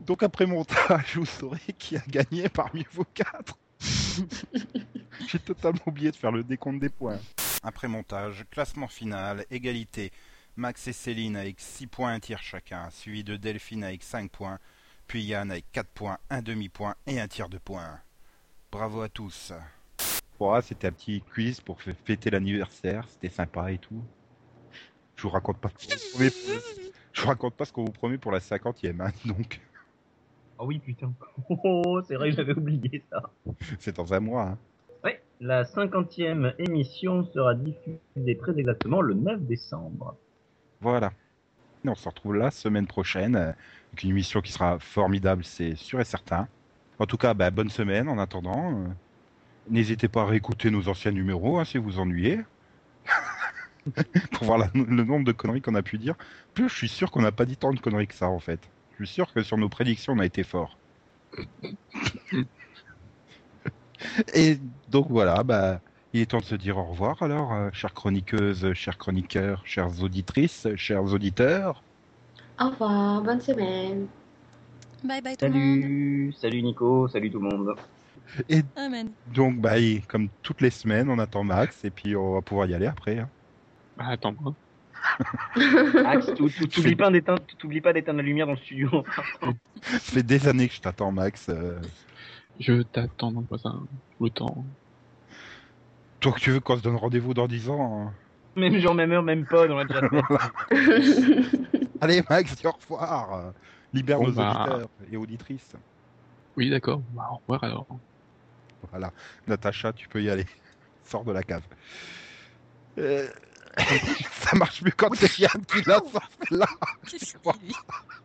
Donc après montage, vous saurez qui a gagné parmi vos quatre. *laughs* J'ai totalement oublié de faire le décompte des points. Après montage, classement final, égalité. Max et Céline avec 6 points, un tir chacun, suivi de Delphine avec 5 points, puis Yann avec 4 points, un demi-point et un tir de points. Bravo à tous. Voilà, c'était un petit quiz pour f- fêter l'anniversaire, c'était sympa et tout. Je vous raconte pas ce qu'on vous promet pour, je vous raconte pas ce qu'on vous promet pour la 50e, hein, donc. Ah oui, putain. *laughs* Oh, c'est vrai que j'avais oublié ça. C'est dans un mois. hein. Ouais, la cinquantième émission sera diffusée très exactement le 9 décembre. Voilà. Et on se retrouve la semaine prochaine euh, avec une émission qui sera formidable, c'est sûr et certain. En tout cas, bah, bonne semaine en attendant. euh, N'hésitez pas à réécouter nos anciens numéros hein, si vous vous ennuyez. *laughs* Pour voir la- le nombre de conneries qu'on a pu dire. En Plus je suis sûr qu'on n'a pas dit tant de conneries que ça en fait. Je suis sûr que sur nos prédictions on a été fort. et donc voilà, bah, il est temps de se dire au revoir alors, euh, chères chroniqueuses, chers chroniqueurs, chères auditrices, chers auditeurs. Au revoir, bonne semaine. Bye bye tout le monde. Salut, salut Nico, salut tout le monde. Amen. Donc, bah, et comme toutes les semaines, on attend Max et puis on va pouvoir y aller après. hein. Bah, attends, moi. Max, Ah, t'ou- t'ou- t'oublies pas d'éteindre, t'oublies pas d'éteindre la lumière dans le studio. *laughs* Ça fait des années que je t'attends, Max. euh. Je t'attends dans le voisin. Le temps. Toi que tu veux qu'on se donne rendez-vous dans 10 ans. hein. Même jour, même heure, même pod, on l'a déjà fait. *laughs* Allez, Max, dis au revoir. euh. Libère Bon, nos bah. auditeurs et auditrices. Oui, d'accord. Bah, au revoir alors. Voilà. Natacha, tu peux y aller. *laughs* Sors de la cave. Euh, *laughs* Ça marche mieux quand c'est Yann qui l'a sorti là. Qu'est-ce qu'il dit, lui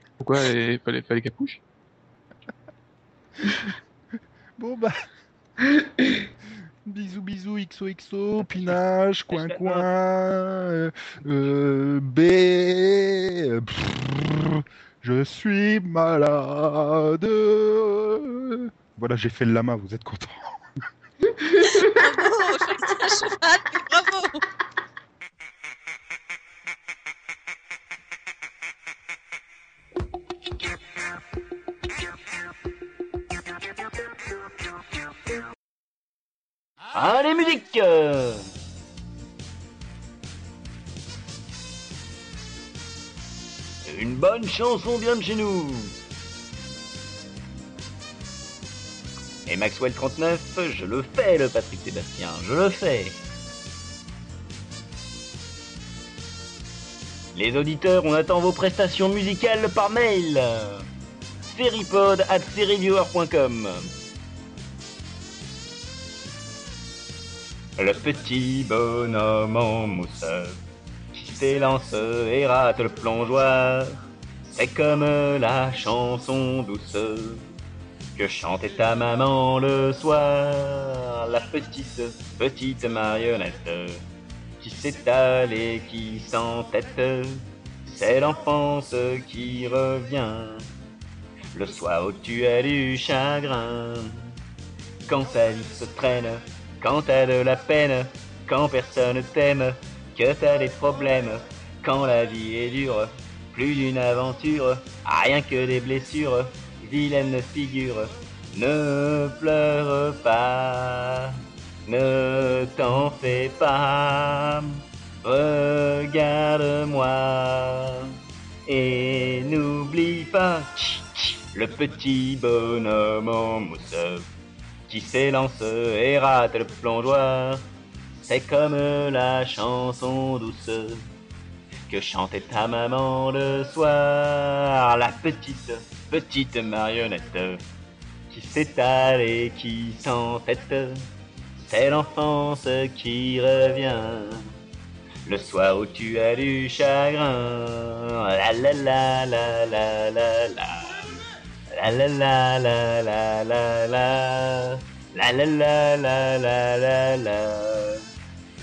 *laughs* Pourquoi il fallait, fallait qu'elle couche Bon bah. bisous bisous XOXO, pinage, coin coin, euh, euh, B. euh, brrr, je suis malade. Voilà, j'ai fait le lama, vous êtes content. Bravo, Oh, je suis un cheval, mais bravo Allez, musique euh. Une bonne chanson vient de chez nous. Et Maxwell 39, je le fais, le Patrick Sébastien, je le fais. Les auditeurs, on attend vos prestations musicales par mail. Seripod at Le petit bonhomme en mousse s'élance et rate le plongeoir. C'est comme la chanson douce que chantait ta maman le soir. La petite, petite marionnette qui s'étale et qui s'entête. C'est l'enfance qui revient le soir où tu as du chagrin. Quand ta vie se traîne, quand t'as de la peine, quand personne t'aime, que t'as des problèmes, quand la vie est dure, plus d'une aventure, rien que des blessures, vilaine figure, ne pleure pas, ne t'en fais pas, regarde-moi, et n'oublie pas le petit bonhomme en mousse qui s'élance et rate le plongeoir. C'est comme la chanson douce que chantait ta maman le soir. La petite, petite marionnette qui s'étale et qui s'entête. C'est l'enfance qui revient. Le soir où tu as du chagrin. La la la la la la la. La la la la la la la. La la la la la la la.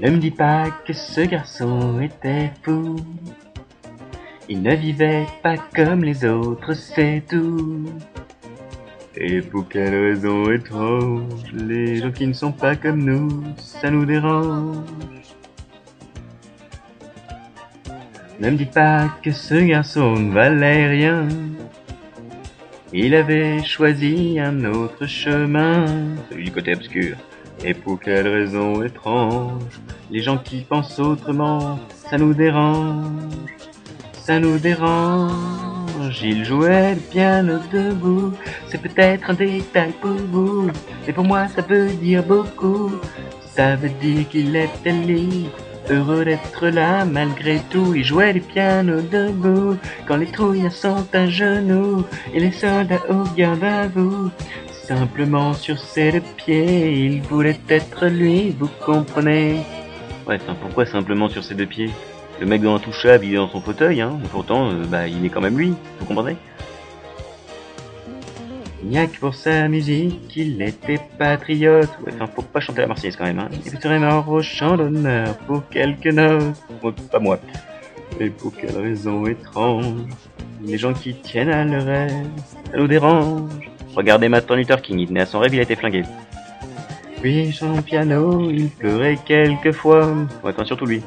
Ne me dis pas que ce garçon était fou. Il ne vivait pas comme les autres, c'est tout. Et pour quelle raison étrange, les gens qui ne sont pas comme nous, ça nous dérange. Ne me dis pas que ce garçon ne valait rien. Il avait choisi un autre chemin, celui du côté obscur. Et pour quelle raison étrange Les gens qui pensent autrement, ça nous dérange, ça nous dérange. Il jouait le piano debout, c'est peut-être un détail pour vous, mais pour moi ça peut dire beaucoup. Ça veut dire qu'il était libre, heureux d'être là malgré tout. Il jouait du piano debout, quand les trouilles sont à genoux, et les soldats au garde à vous. Simplement sur ses deux pieds, il voulait être lui, vous comprenez Ouais, enfin, pourquoi simplement sur ses deux pieds Le mec dans un touchable, il est dans son fauteuil, hein, et pourtant, euh, bah, il est quand même lui, vous comprenez Il n'y a que pour sa musique qu'il était patriote. Ouais, enfin, faut pas chanter la Marseillaise quand même, hein. Il serait mort au champ d'honneur pour quelques notes. Ouais, pas moi. Et pour quelle raison étrange Les gens qui tiennent à leur rêve, ça nous dérange. Regardez Martin Luther King, il tenait à son rêve, il a été flingué. Oui, son piano, il pleurait quelquefois. Ouais, enfin, surtout lui.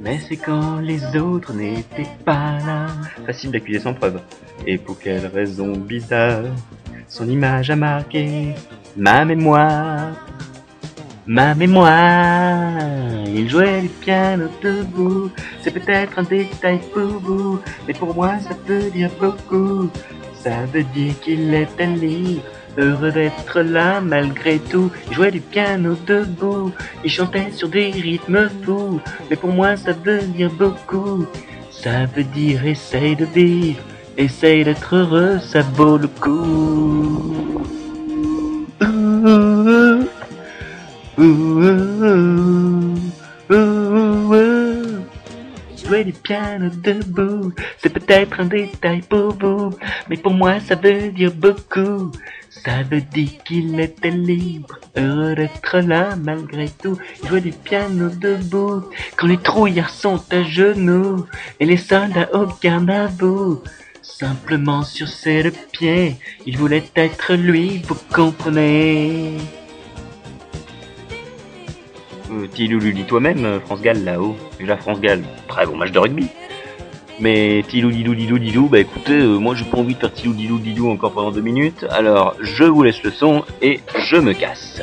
Mais c'est quand les autres n'étaient pas là. Facile d'accuser sans preuve. Et pour quelle raison bizarre Son image a marqué ma mémoire. Ma mémoire, il jouait le piano debout. C'est peut-être un détail pour vous, mais pour moi ça peut dire beaucoup. Ça veut dire qu'il était libre, heureux d'être là malgré tout. Il jouait du piano debout, il chantait sur des rythmes fous. Mais pour moi, ça veut dire beaucoup. Ça veut dire essaye de vivre, essaye d'être heureux, ça vaut le coup. Ouh, ouh, ouh, ouh, ouh, ouh. Il jouait du piano debout, c'est peut-être un détail pour vous, mais pour moi ça veut dire beaucoup. Ça veut dire qu'il était libre, heureux d'être là malgré tout. Il jouait du piano debout, quand les trouillards sont à genoux, et les soldats au garde à vous. Simplement sur ses deux pieds, il voulait être lui, vous comprenez. Euh, Ti Loulou, dis toi-même, euh, France Gall là-haut. Déjà France Gall, très bon match de rugby. Mais Tilou Dilou Dilou Dilou, bah écoutez, euh, moi j'ai pas envie de faire Tilou Dilou Dilou encore pendant deux minutes, alors je vous laisse le son et je me casse.